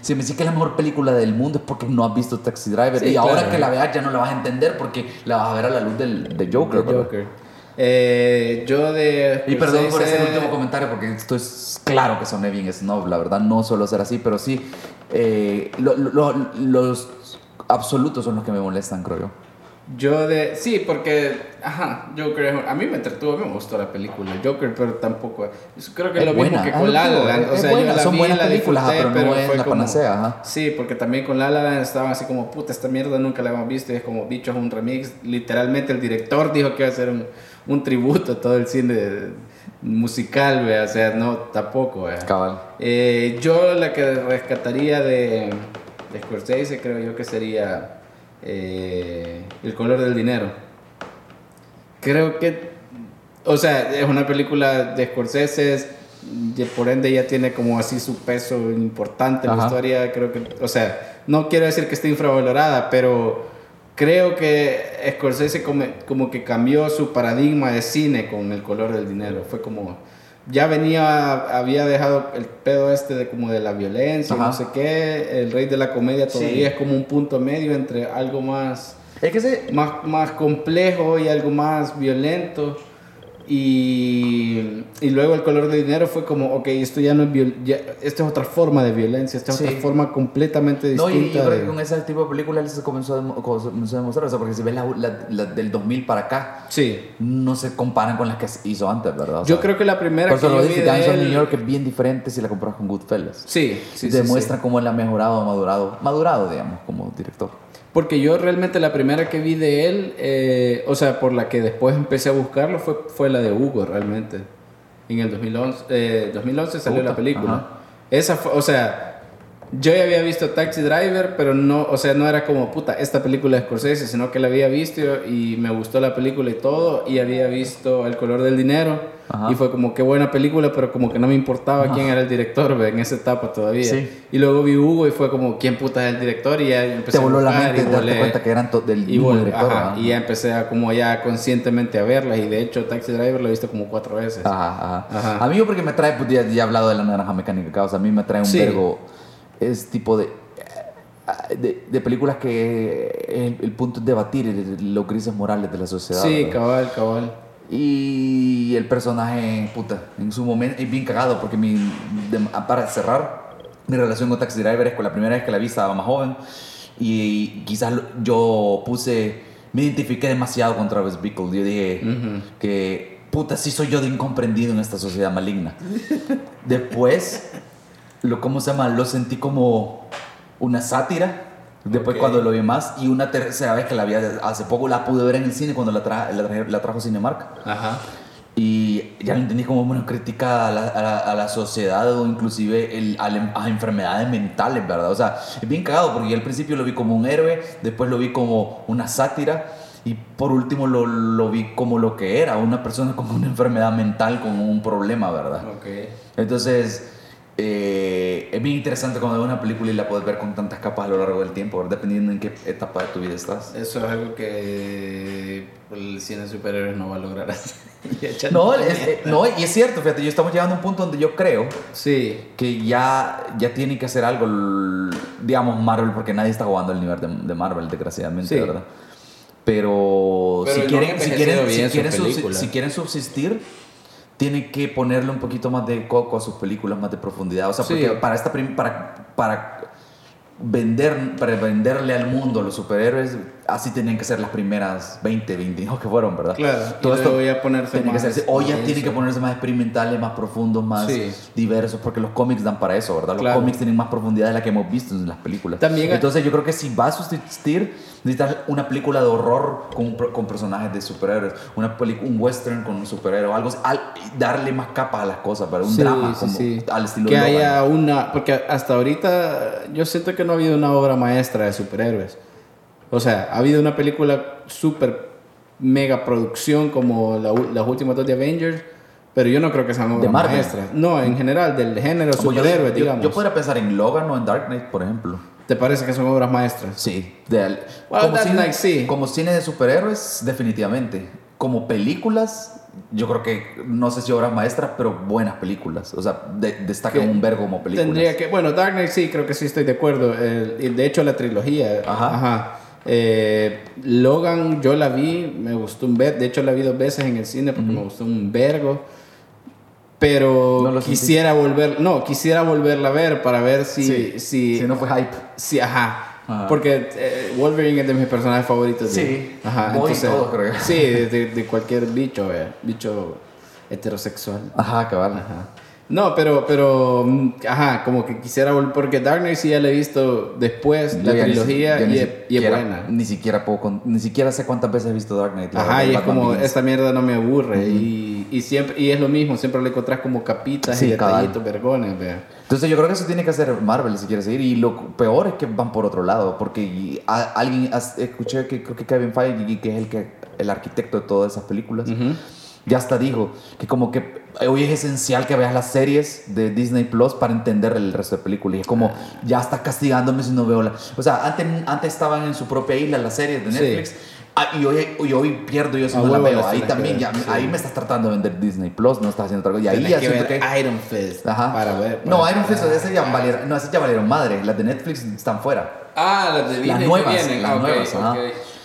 Speaker 2: Si me decís que es la mejor película del mundo es porque no has visto Taxi Driver.
Speaker 1: Sí,
Speaker 2: y ahora
Speaker 1: claro.
Speaker 2: que la veas ya no la vas a entender porque la vas a ver a la luz del, de Joker.
Speaker 1: De
Speaker 2: ¿verdad?
Speaker 1: Joker. Eh, yo de.
Speaker 2: Y perdón por ese
Speaker 1: Scorsese-
Speaker 2: último comentario, porque esto es claro que soné bien snob, la verdad no suelo ser así, pero sí, eh, lo- lo- lo- los absolutos son los que me molestan, creo yo.
Speaker 1: Yo de. Sí, porque. Ajá, Joker. es un- A mí me entretuvo, a mí me gustó la película. Joker, pero tampoco. Creo que es
Speaker 2: Es
Speaker 1: lo
Speaker 2: buena,
Speaker 1: mismo que
Speaker 2: ah,
Speaker 1: con
Speaker 2: no,
Speaker 1: La La
Speaker 2: pero
Speaker 1: Land. O
Speaker 2: es
Speaker 1: sea,
Speaker 2: buena,
Speaker 1: yo la
Speaker 2: son
Speaker 1: vi,
Speaker 2: buenas
Speaker 1: la
Speaker 2: películas,
Speaker 1: disfruté,
Speaker 2: pero no es
Speaker 1: fue
Speaker 2: la
Speaker 1: como-
Speaker 2: panacea, ajá.
Speaker 1: Sí, porque también con La La Land estaban así como, puta, esta mierda nunca la hemos visto. Y es como, bicho, es un remix. Literalmente el director dijo que iba a ser un, un tributo a todo el cine musical, vea. O sea, no, tampoco, vea.
Speaker 2: Cabal.
Speaker 1: Eh, yo la que rescataría de, de Scorsese creo yo que sería eh, El color del dinero. Creo que, o sea, es una película de Scorsese, es- y por ende ya tiene como así su peso importante en la
Speaker 2: Ajá.
Speaker 1: historia. Creo que, o sea, no quiero decir que esté infravalorada, pero creo que Scorsese come- como que cambió su paradigma de cine con El color del dinero. Fue como ya venía, había dejado el pedo este de como de la violencia,
Speaker 2: Ajá.
Speaker 1: no sé qué, el rey de la comedia todavía
Speaker 2: Sí.
Speaker 1: es como un punto medio entre algo más,
Speaker 2: Es que ese,
Speaker 1: más, más complejo y algo más violento. Y, y luego el color de dinero fue como, ok, esto ya no es viol- ya- esto es otra forma de violencia, esta es
Speaker 2: Sí.
Speaker 1: otra forma completamente
Speaker 2: No, y
Speaker 1: distinta.
Speaker 2: yo creo
Speaker 1: de-
Speaker 2: que con ese tipo de películas él se comenzó a, demo- comenzó a demostrar, o sea, porque si ves la, la- la del 2000 para acá,
Speaker 1: Sí,
Speaker 2: no se comparan con las que hizo antes, ¿verdad? O
Speaker 1: yo
Speaker 2: sea,
Speaker 1: creo que la primera
Speaker 2: Por eso
Speaker 1: que
Speaker 2: lo
Speaker 1: yo vi
Speaker 2: dije,
Speaker 1: de
Speaker 2: Gangs of
Speaker 1: él-
Speaker 2: New York es bien diferente si la comparas con Goodfellas.
Speaker 1: Sí, sí, sí, sí.
Speaker 2: Demuestra cómo él ha mejorado, madurado, madurado, digamos, como director.
Speaker 1: Porque yo realmente la primera que vi de él, eh, o sea, por la que después empecé a buscarlo, fue, fue la de Hugo realmente. En el 2011, eh, 2011 salió
Speaker 2: Puta,
Speaker 1: la película.
Speaker 2: ajá.
Speaker 1: Esa fue, o sea, yo ya había visto Taxi Driver, pero no, o sea, no era como, puta, esta película de Scorsese, sino que la había visto y me gustó la película y todo, y había visto El color del dinero,
Speaker 2: Ajá.
Speaker 1: y fue como, qué buena película, pero como que no me importaba quién era el director ve, en esa etapa todavía.
Speaker 2: Sí.
Speaker 1: Y luego vi Hugo y fue como, ¿quién puta es el director? Y ya empecé
Speaker 2: Te voló
Speaker 1: a
Speaker 2: la
Speaker 1: buscar
Speaker 2: mente
Speaker 1: y
Speaker 2: de darte
Speaker 1: volé-
Speaker 2: cuenta que eran to- del
Speaker 1: eh, y
Speaker 2: mismo
Speaker 1: vol-
Speaker 2: director.
Speaker 1: ajá,
Speaker 2: ¿verdad?
Speaker 1: y ya empecé a como ya conscientemente a verlas y de hecho Taxi Driver lo he visto como cuatro veces.
Speaker 2: Ah, Ajá, ajá.
Speaker 1: Ajá.
Speaker 2: A mí porque me trae, pues ya, ya he hablado de la naranja mecánica, o sea, a mí me trae un
Speaker 1: Sí.
Speaker 2: vergo ese tipo de, de, de películas que el, el punto es debatir los grises morales de la sociedad.
Speaker 1: sí,
Speaker 2: ¿verdad?
Speaker 1: cabal, cabal.
Speaker 2: Y el personaje, puta, en su momento es bien cagado porque mi, de- para cerrar, mi relación con Taxi Driver es con la primera vez que la vi estaba más joven y quizás lo- yo puse, me identifiqué demasiado con Travis Bickle. Yo dije que, puta, sí soy yo de incomprendido en esta sociedad maligna. Después, lo, ¿cómo se llama? Lo sentí como una sátira. Después
Speaker 1: Ok.
Speaker 2: cuando lo vi más y una tercera vez que la vi hace poco la pude ver en el cine cuando la, tra- la, traje- la trajo Cinemark.
Speaker 1: Ajá.
Speaker 2: Y ya lo entendí como bueno, crítica a la, a la- a la sociedad o inclusive el- em, a, la- a enfermedades mentales, ¿verdad? O sea, es bien cagado porque yo al principio lo vi como un héroe, después lo vi como una sátira y por último lo, lo vi como lo que era, una persona con una enfermedad mental, con un problema, ¿verdad?
Speaker 1: Ok.
Speaker 2: Entonces, eh, es bien interesante cuando ves una película y la puedes ver con tantas capas a lo largo del tiempo, ¿verdad? Dependiendo en qué etapa de tu vida estás.
Speaker 1: Eso es algo que el cine de superhéroes no va a lograr hacer. Y echando
Speaker 2: No,
Speaker 1: mierda.
Speaker 2: es- eh, no, y es cierto, fíjate, yo estamos llegando a un punto donde yo creo
Speaker 1: Sí,
Speaker 2: que ya, ya tienen que hacer algo, l- digamos, Marvel, porque nadie está jugando al nivel de, de Marvel, desgraciadamente,
Speaker 1: Sí.
Speaker 2: ¿verdad?
Speaker 1: Pero
Speaker 2: Pero, si,
Speaker 1: no han
Speaker 2: quieren, si,
Speaker 1: envejecido
Speaker 2: quieren, si,
Speaker 1: bien sus
Speaker 2: quieren subsi-
Speaker 1: películas.
Speaker 2: si quieren subsistir, tienen que ponerle un poquito más de coco a sus películas, más de profundidad. O sea,
Speaker 1: Sí.
Speaker 2: porque para esta prim- para, para vender, para venderle al mundo a los superhéroes, así tenían que ser las primeras 20, 22 que fueron, ¿verdad?
Speaker 1: claro.
Speaker 2: Todo
Speaker 1: y
Speaker 2: esto
Speaker 1: luego ya ponerse
Speaker 2: tiene que
Speaker 1: más.
Speaker 2: ser así. O ya
Speaker 1: intenso.
Speaker 2: tiene que ponerse más experimentales, más profundos, más
Speaker 1: Sí.
Speaker 2: diversos, porque los cómics dan para eso, ¿verdad? Los
Speaker 1: Claro.
Speaker 2: cómics tienen más profundidad de la que hemos visto en las películas.
Speaker 1: También-
Speaker 2: Entonces yo creo que si vas a sustituir, necesitas una película de horror con, con personajes de superhéroes, una peli- un western con un superhéroe, algo, al- darle más capas a las cosas, ¿verdad? Un
Speaker 1: Sí,
Speaker 2: drama
Speaker 1: sí,
Speaker 2: como,
Speaker 1: sí.
Speaker 2: al estilo
Speaker 1: que
Speaker 2: Logan.
Speaker 1: haya una porque hasta ahorita yo siento que no ha habido una obra maestra de superhéroes o sea ha habido una película super mega producción como la u- las últimas dos de Avengers pero yo no creo que sean obras
Speaker 2: Marvel.
Speaker 1: maestras no en general del género
Speaker 2: Como yo,
Speaker 1: superhéroes
Speaker 2: yo-
Speaker 1: digamos
Speaker 2: yo podría pensar en Logan o en Dark Knight, por ejemplo.
Speaker 1: te parece que son obras maestras
Speaker 2: Sí, de-
Speaker 1: Well,
Speaker 2: como,
Speaker 1: that's
Speaker 2: cine,
Speaker 1: like, sí.
Speaker 2: como cine de superhéroes, definitivamente. Como películas, yo creo que, no sé si obras maestras, pero buenas películas. O sea, de- destacan
Speaker 1: Que
Speaker 2: un vergo como películas.
Speaker 1: Tendría que, bueno, Dark Knight sí, creo que sí estoy de acuerdo. El- y de hecho, la trilogía.
Speaker 2: Ajá.
Speaker 1: Eh, Logan, yo la vi, me gustó un bet. De hecho, la vi dos veces en el cine porque me gustó un vergo. Pero
Speaker 2: No lo
Speaker 1: quisiera volver, no, quisiera volverla a ver para ver si,
Speaker 2: Sí,
Speaker 1: si,
Speaker 2: Si no fue hype.
Speaker 1: Sí, ajá.
Speaker 2: Ajá.
Speaker 1: Porque eh, Wolverine es de mis personajes favoritos. de-
Speaker 2: Sí.
Speaker 1: Ajá.
Speaker 2: Voy todo, creo.
Speaker 1: Sí, de, de- de cualquier bicho, eh, bicho heterosexual.
Speaker 2: Ajá, cabal.
Speaker 1: No, pero, pero, mm, ajá, como que quisiera volver, porque Dark Knight sí ya la he visto después, la
Speaker 2: Yo ya ni si-
Speaker 1: trilogía,
Speaker 2: yo ni
Speaker 1: y, es- y es
Speaker 2: siquiera-
Speaker 1: buena.
Speaker 2: Ni siquiera, puedo con- ni siquiera sé cuántas veces he visto Dark Knight. la
Speaker 1: Ajá,
Speaker 2: verdad,
Speaker 1: y es
Speaker 2: Batman
Speaker 1: como,
Speaker 2: Begins.
Speaker 1: esta mierda no me aburre, y, y siempre, y es lo mismo, siempre le encontrás como capitas y
Speaker 2: Sí, cabal.
Speaker 1: detallitos, vergones, vea.
Speaker 2: Entonces yo creo que eso tiene que hacer Marvel si quiere seguir. Y lo peor es que van por otro lado. Porque y a- alguien, as- escuché que creo que Kevin Feige, que es el, que, el arquitecto de todas esas películas, ya hasta dijo que como que hoy es esencial que veas las series de Disney Plus para entender el resto de películas. Y es como, ya está castigándome si no veo la... O sea, antes, antes estaban en su propia isla las series de
Speaker 1: Sí.
Speaker 2: Netflix. Ah, y hoy, y hoy pierdo yo si
Speaker 1: A
Speaker 2: no la
Speaker 1: huevo
Speaker 2: veo.
Speaker 1: las
Speaker 2: Ahí
Speaker 1: tienes que
Speaker 2: también,
Speaker 1: ver,
Speaker 2: ya,
Speaker 1: sí.
Speaker 2: ahí me estás tratando de vender Disney Plus, no estás haciendo otra cosa. Y ahí
Speaker 1: Tenés
Speaker 2: ya
Speaker 1: que
Speaker 2: siento
Speaker 1: ver
Speaker 2: que...
Speaker 1: Iron Fist
Speaker 2: Ajá.
Speaker 1: para ver. pues. Ah.
Speaker 2: no,
Speaker 1: para-
Speaker 2: Iron Fist, esas ya valieron, no, esas ya valieron madre. Las de Netflix están fuera.
Speaker 1: Ah, las de Disney
Speaker 2: Las
Speaker 1: que
Speaker 2: nuevas.
Speaker 1: vienen.
Speaker 2: Las
Speaker 1: Ah, ok,
Speaker 2: nuevas, ajá.
Speaker 1: ok.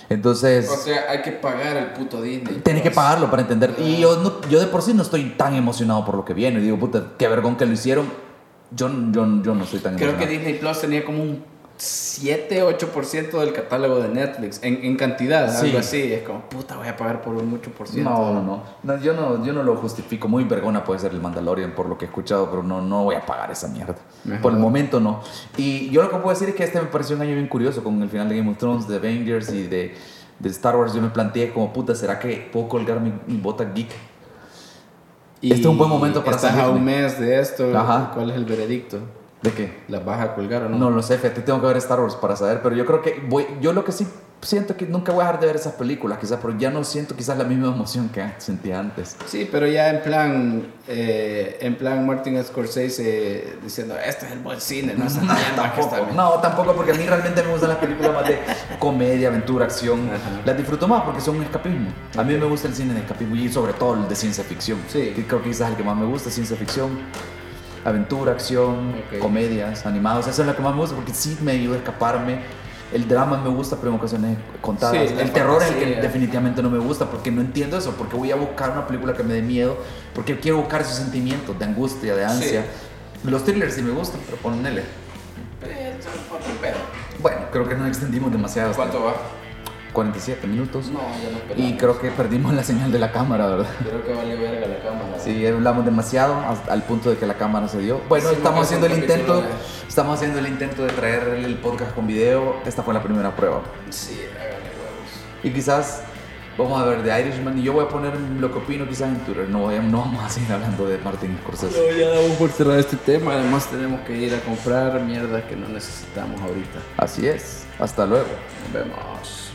Speaker 2: Entonces,
Speaker 1: O sea, hay que pagar el puto Disney. Pues.
Speaker 2: tenés que
Speaker 1: Plus.
Speaker 2: pagarlo para entender. Y yo, no- yo de por sí no estoy tan emocionado por lo que viene. Digo, puta, qué vergón que lo hicieron. Yo, yo, yo no estoy tan
Speaker 1: Creo que
Speaker 2: emocionado.
Speaker 1: Disney Plus tenía como un 7-8% del catálogo de Netflix en, en cantidad,
Speaker 2: Sí.
Speaker 1: algo así. Es como, puta, voy a pagar por un mucho por ciento.
Speaker 2: No, no, no, No, yo no. Yo no lo justifico. Muy vergona puede ser el Mandalorian por lo que he escuchado, pero no, no voy a pagar esa mierda.
Speaker 1: Mejor.
Speaker 2: Por el momento no. Y yo lo que puedo decir es que este me pareció un año bien curioso con el final de Game of Thrones, de Avengers y de, de Star Wars. Yo me planteé como, puta, ¿será que puedo colgar mi, mi bota geek?
Speaker 1: Y
Speaker 2: Este es un buen momento para
Speaker 1: Estás a
Speaker 2: salirme.
Speaker 1: un mes de esto.
Speaker 2: Ajá.
Speaker 1: ¿Cuál es el veredicto?
Speaker 2: ¿De qué?
Speaker 1: ¿Las vas a colgar o no?
Speaker 2: No lo sé, fíjate, tengo que ver Star Wars para saber, pero yo creo que voy, yo lo que sí siento que nunca voy a dejar de ver esas películas, quizás, pero ya no siento quizás la misma emoción que sentía antes.
Speaker 1: Sí, pero ya en plan, eh, en plan Martin Scorsese diciendo, este es el buen cine, no esa mierda que está
Speaker 2: Tampoco. No, tampoco, porque a mí realmente me gustan las películas más de comedia, aventura, acción.
Speaker 1: Ajá.
Speaker 2: Las disfruto más porque son un escapismo. A mí me gusta el cine de escapismo y sobre todo el de ciencia ficción.
Speaker 1: Sí.
Speaker 2: Que creo que quizás el que más me gusta, ciencia ficción, aventura, acción,
Speaker 1: Ok.
Speaker 2: comedias, animados. Eso es lo que más me gusta porque sí me ayuda a escaparme. El drama me gusta, pero en ocasiones contadas.
Speaker 1: Sí, la
Speaker 2: el terror es el que
Speaker 1: fantasía.
Speaker 2: definitivamente no me gusta porque no entiendo eso. Porque voy a buscar una película que me dé miedo, porque quiero buscar esos sentimientos de angustia, de ansia. Los thrillers sí me gustan, pero ponele.
Speaker 1: Eh,
Speaker 2: Bueno, creo que nos extendimos demasiado. hasta
Speaker 1: ¿Cuánto va?
Speaker 2: 47 minutos.
Speaker 1: No, ya no
Speaker 2: Pues y creo que perdimos la señal de la cámara, ¿verdad?
Speaker 1: Creo que valió verga la cámara.
Speaker 2: Sí, hablamos demasiado hasta- al punto de que la cámara se dio. Bueno,
Speaker 1: Sí,
Speaker 2: estamos
Speaker 1: porque
Speaker 2: haciendo el
Speaker 1: es un capítulo
Speaker 2: intento, estamos haciendo el intento de traer el podcast con video. Esta fue la primera prueba.
Speaker 1: Sí, hágale huevos.
Speaker 2: Y quizás vamos a ver de Irishman y yo voy a poner lo que opino quizás en Twitter. No, voy a- no vamos a seguir hablando de Martin Scorsese.
Speaker 1: Pero ya damos por cerrar este tema. Además, tenemos que ir a comprar mierda que no necesitamos ahorita.
Speaker 2: Así es. Hasta luego.
Speaker 1: Nos vemos.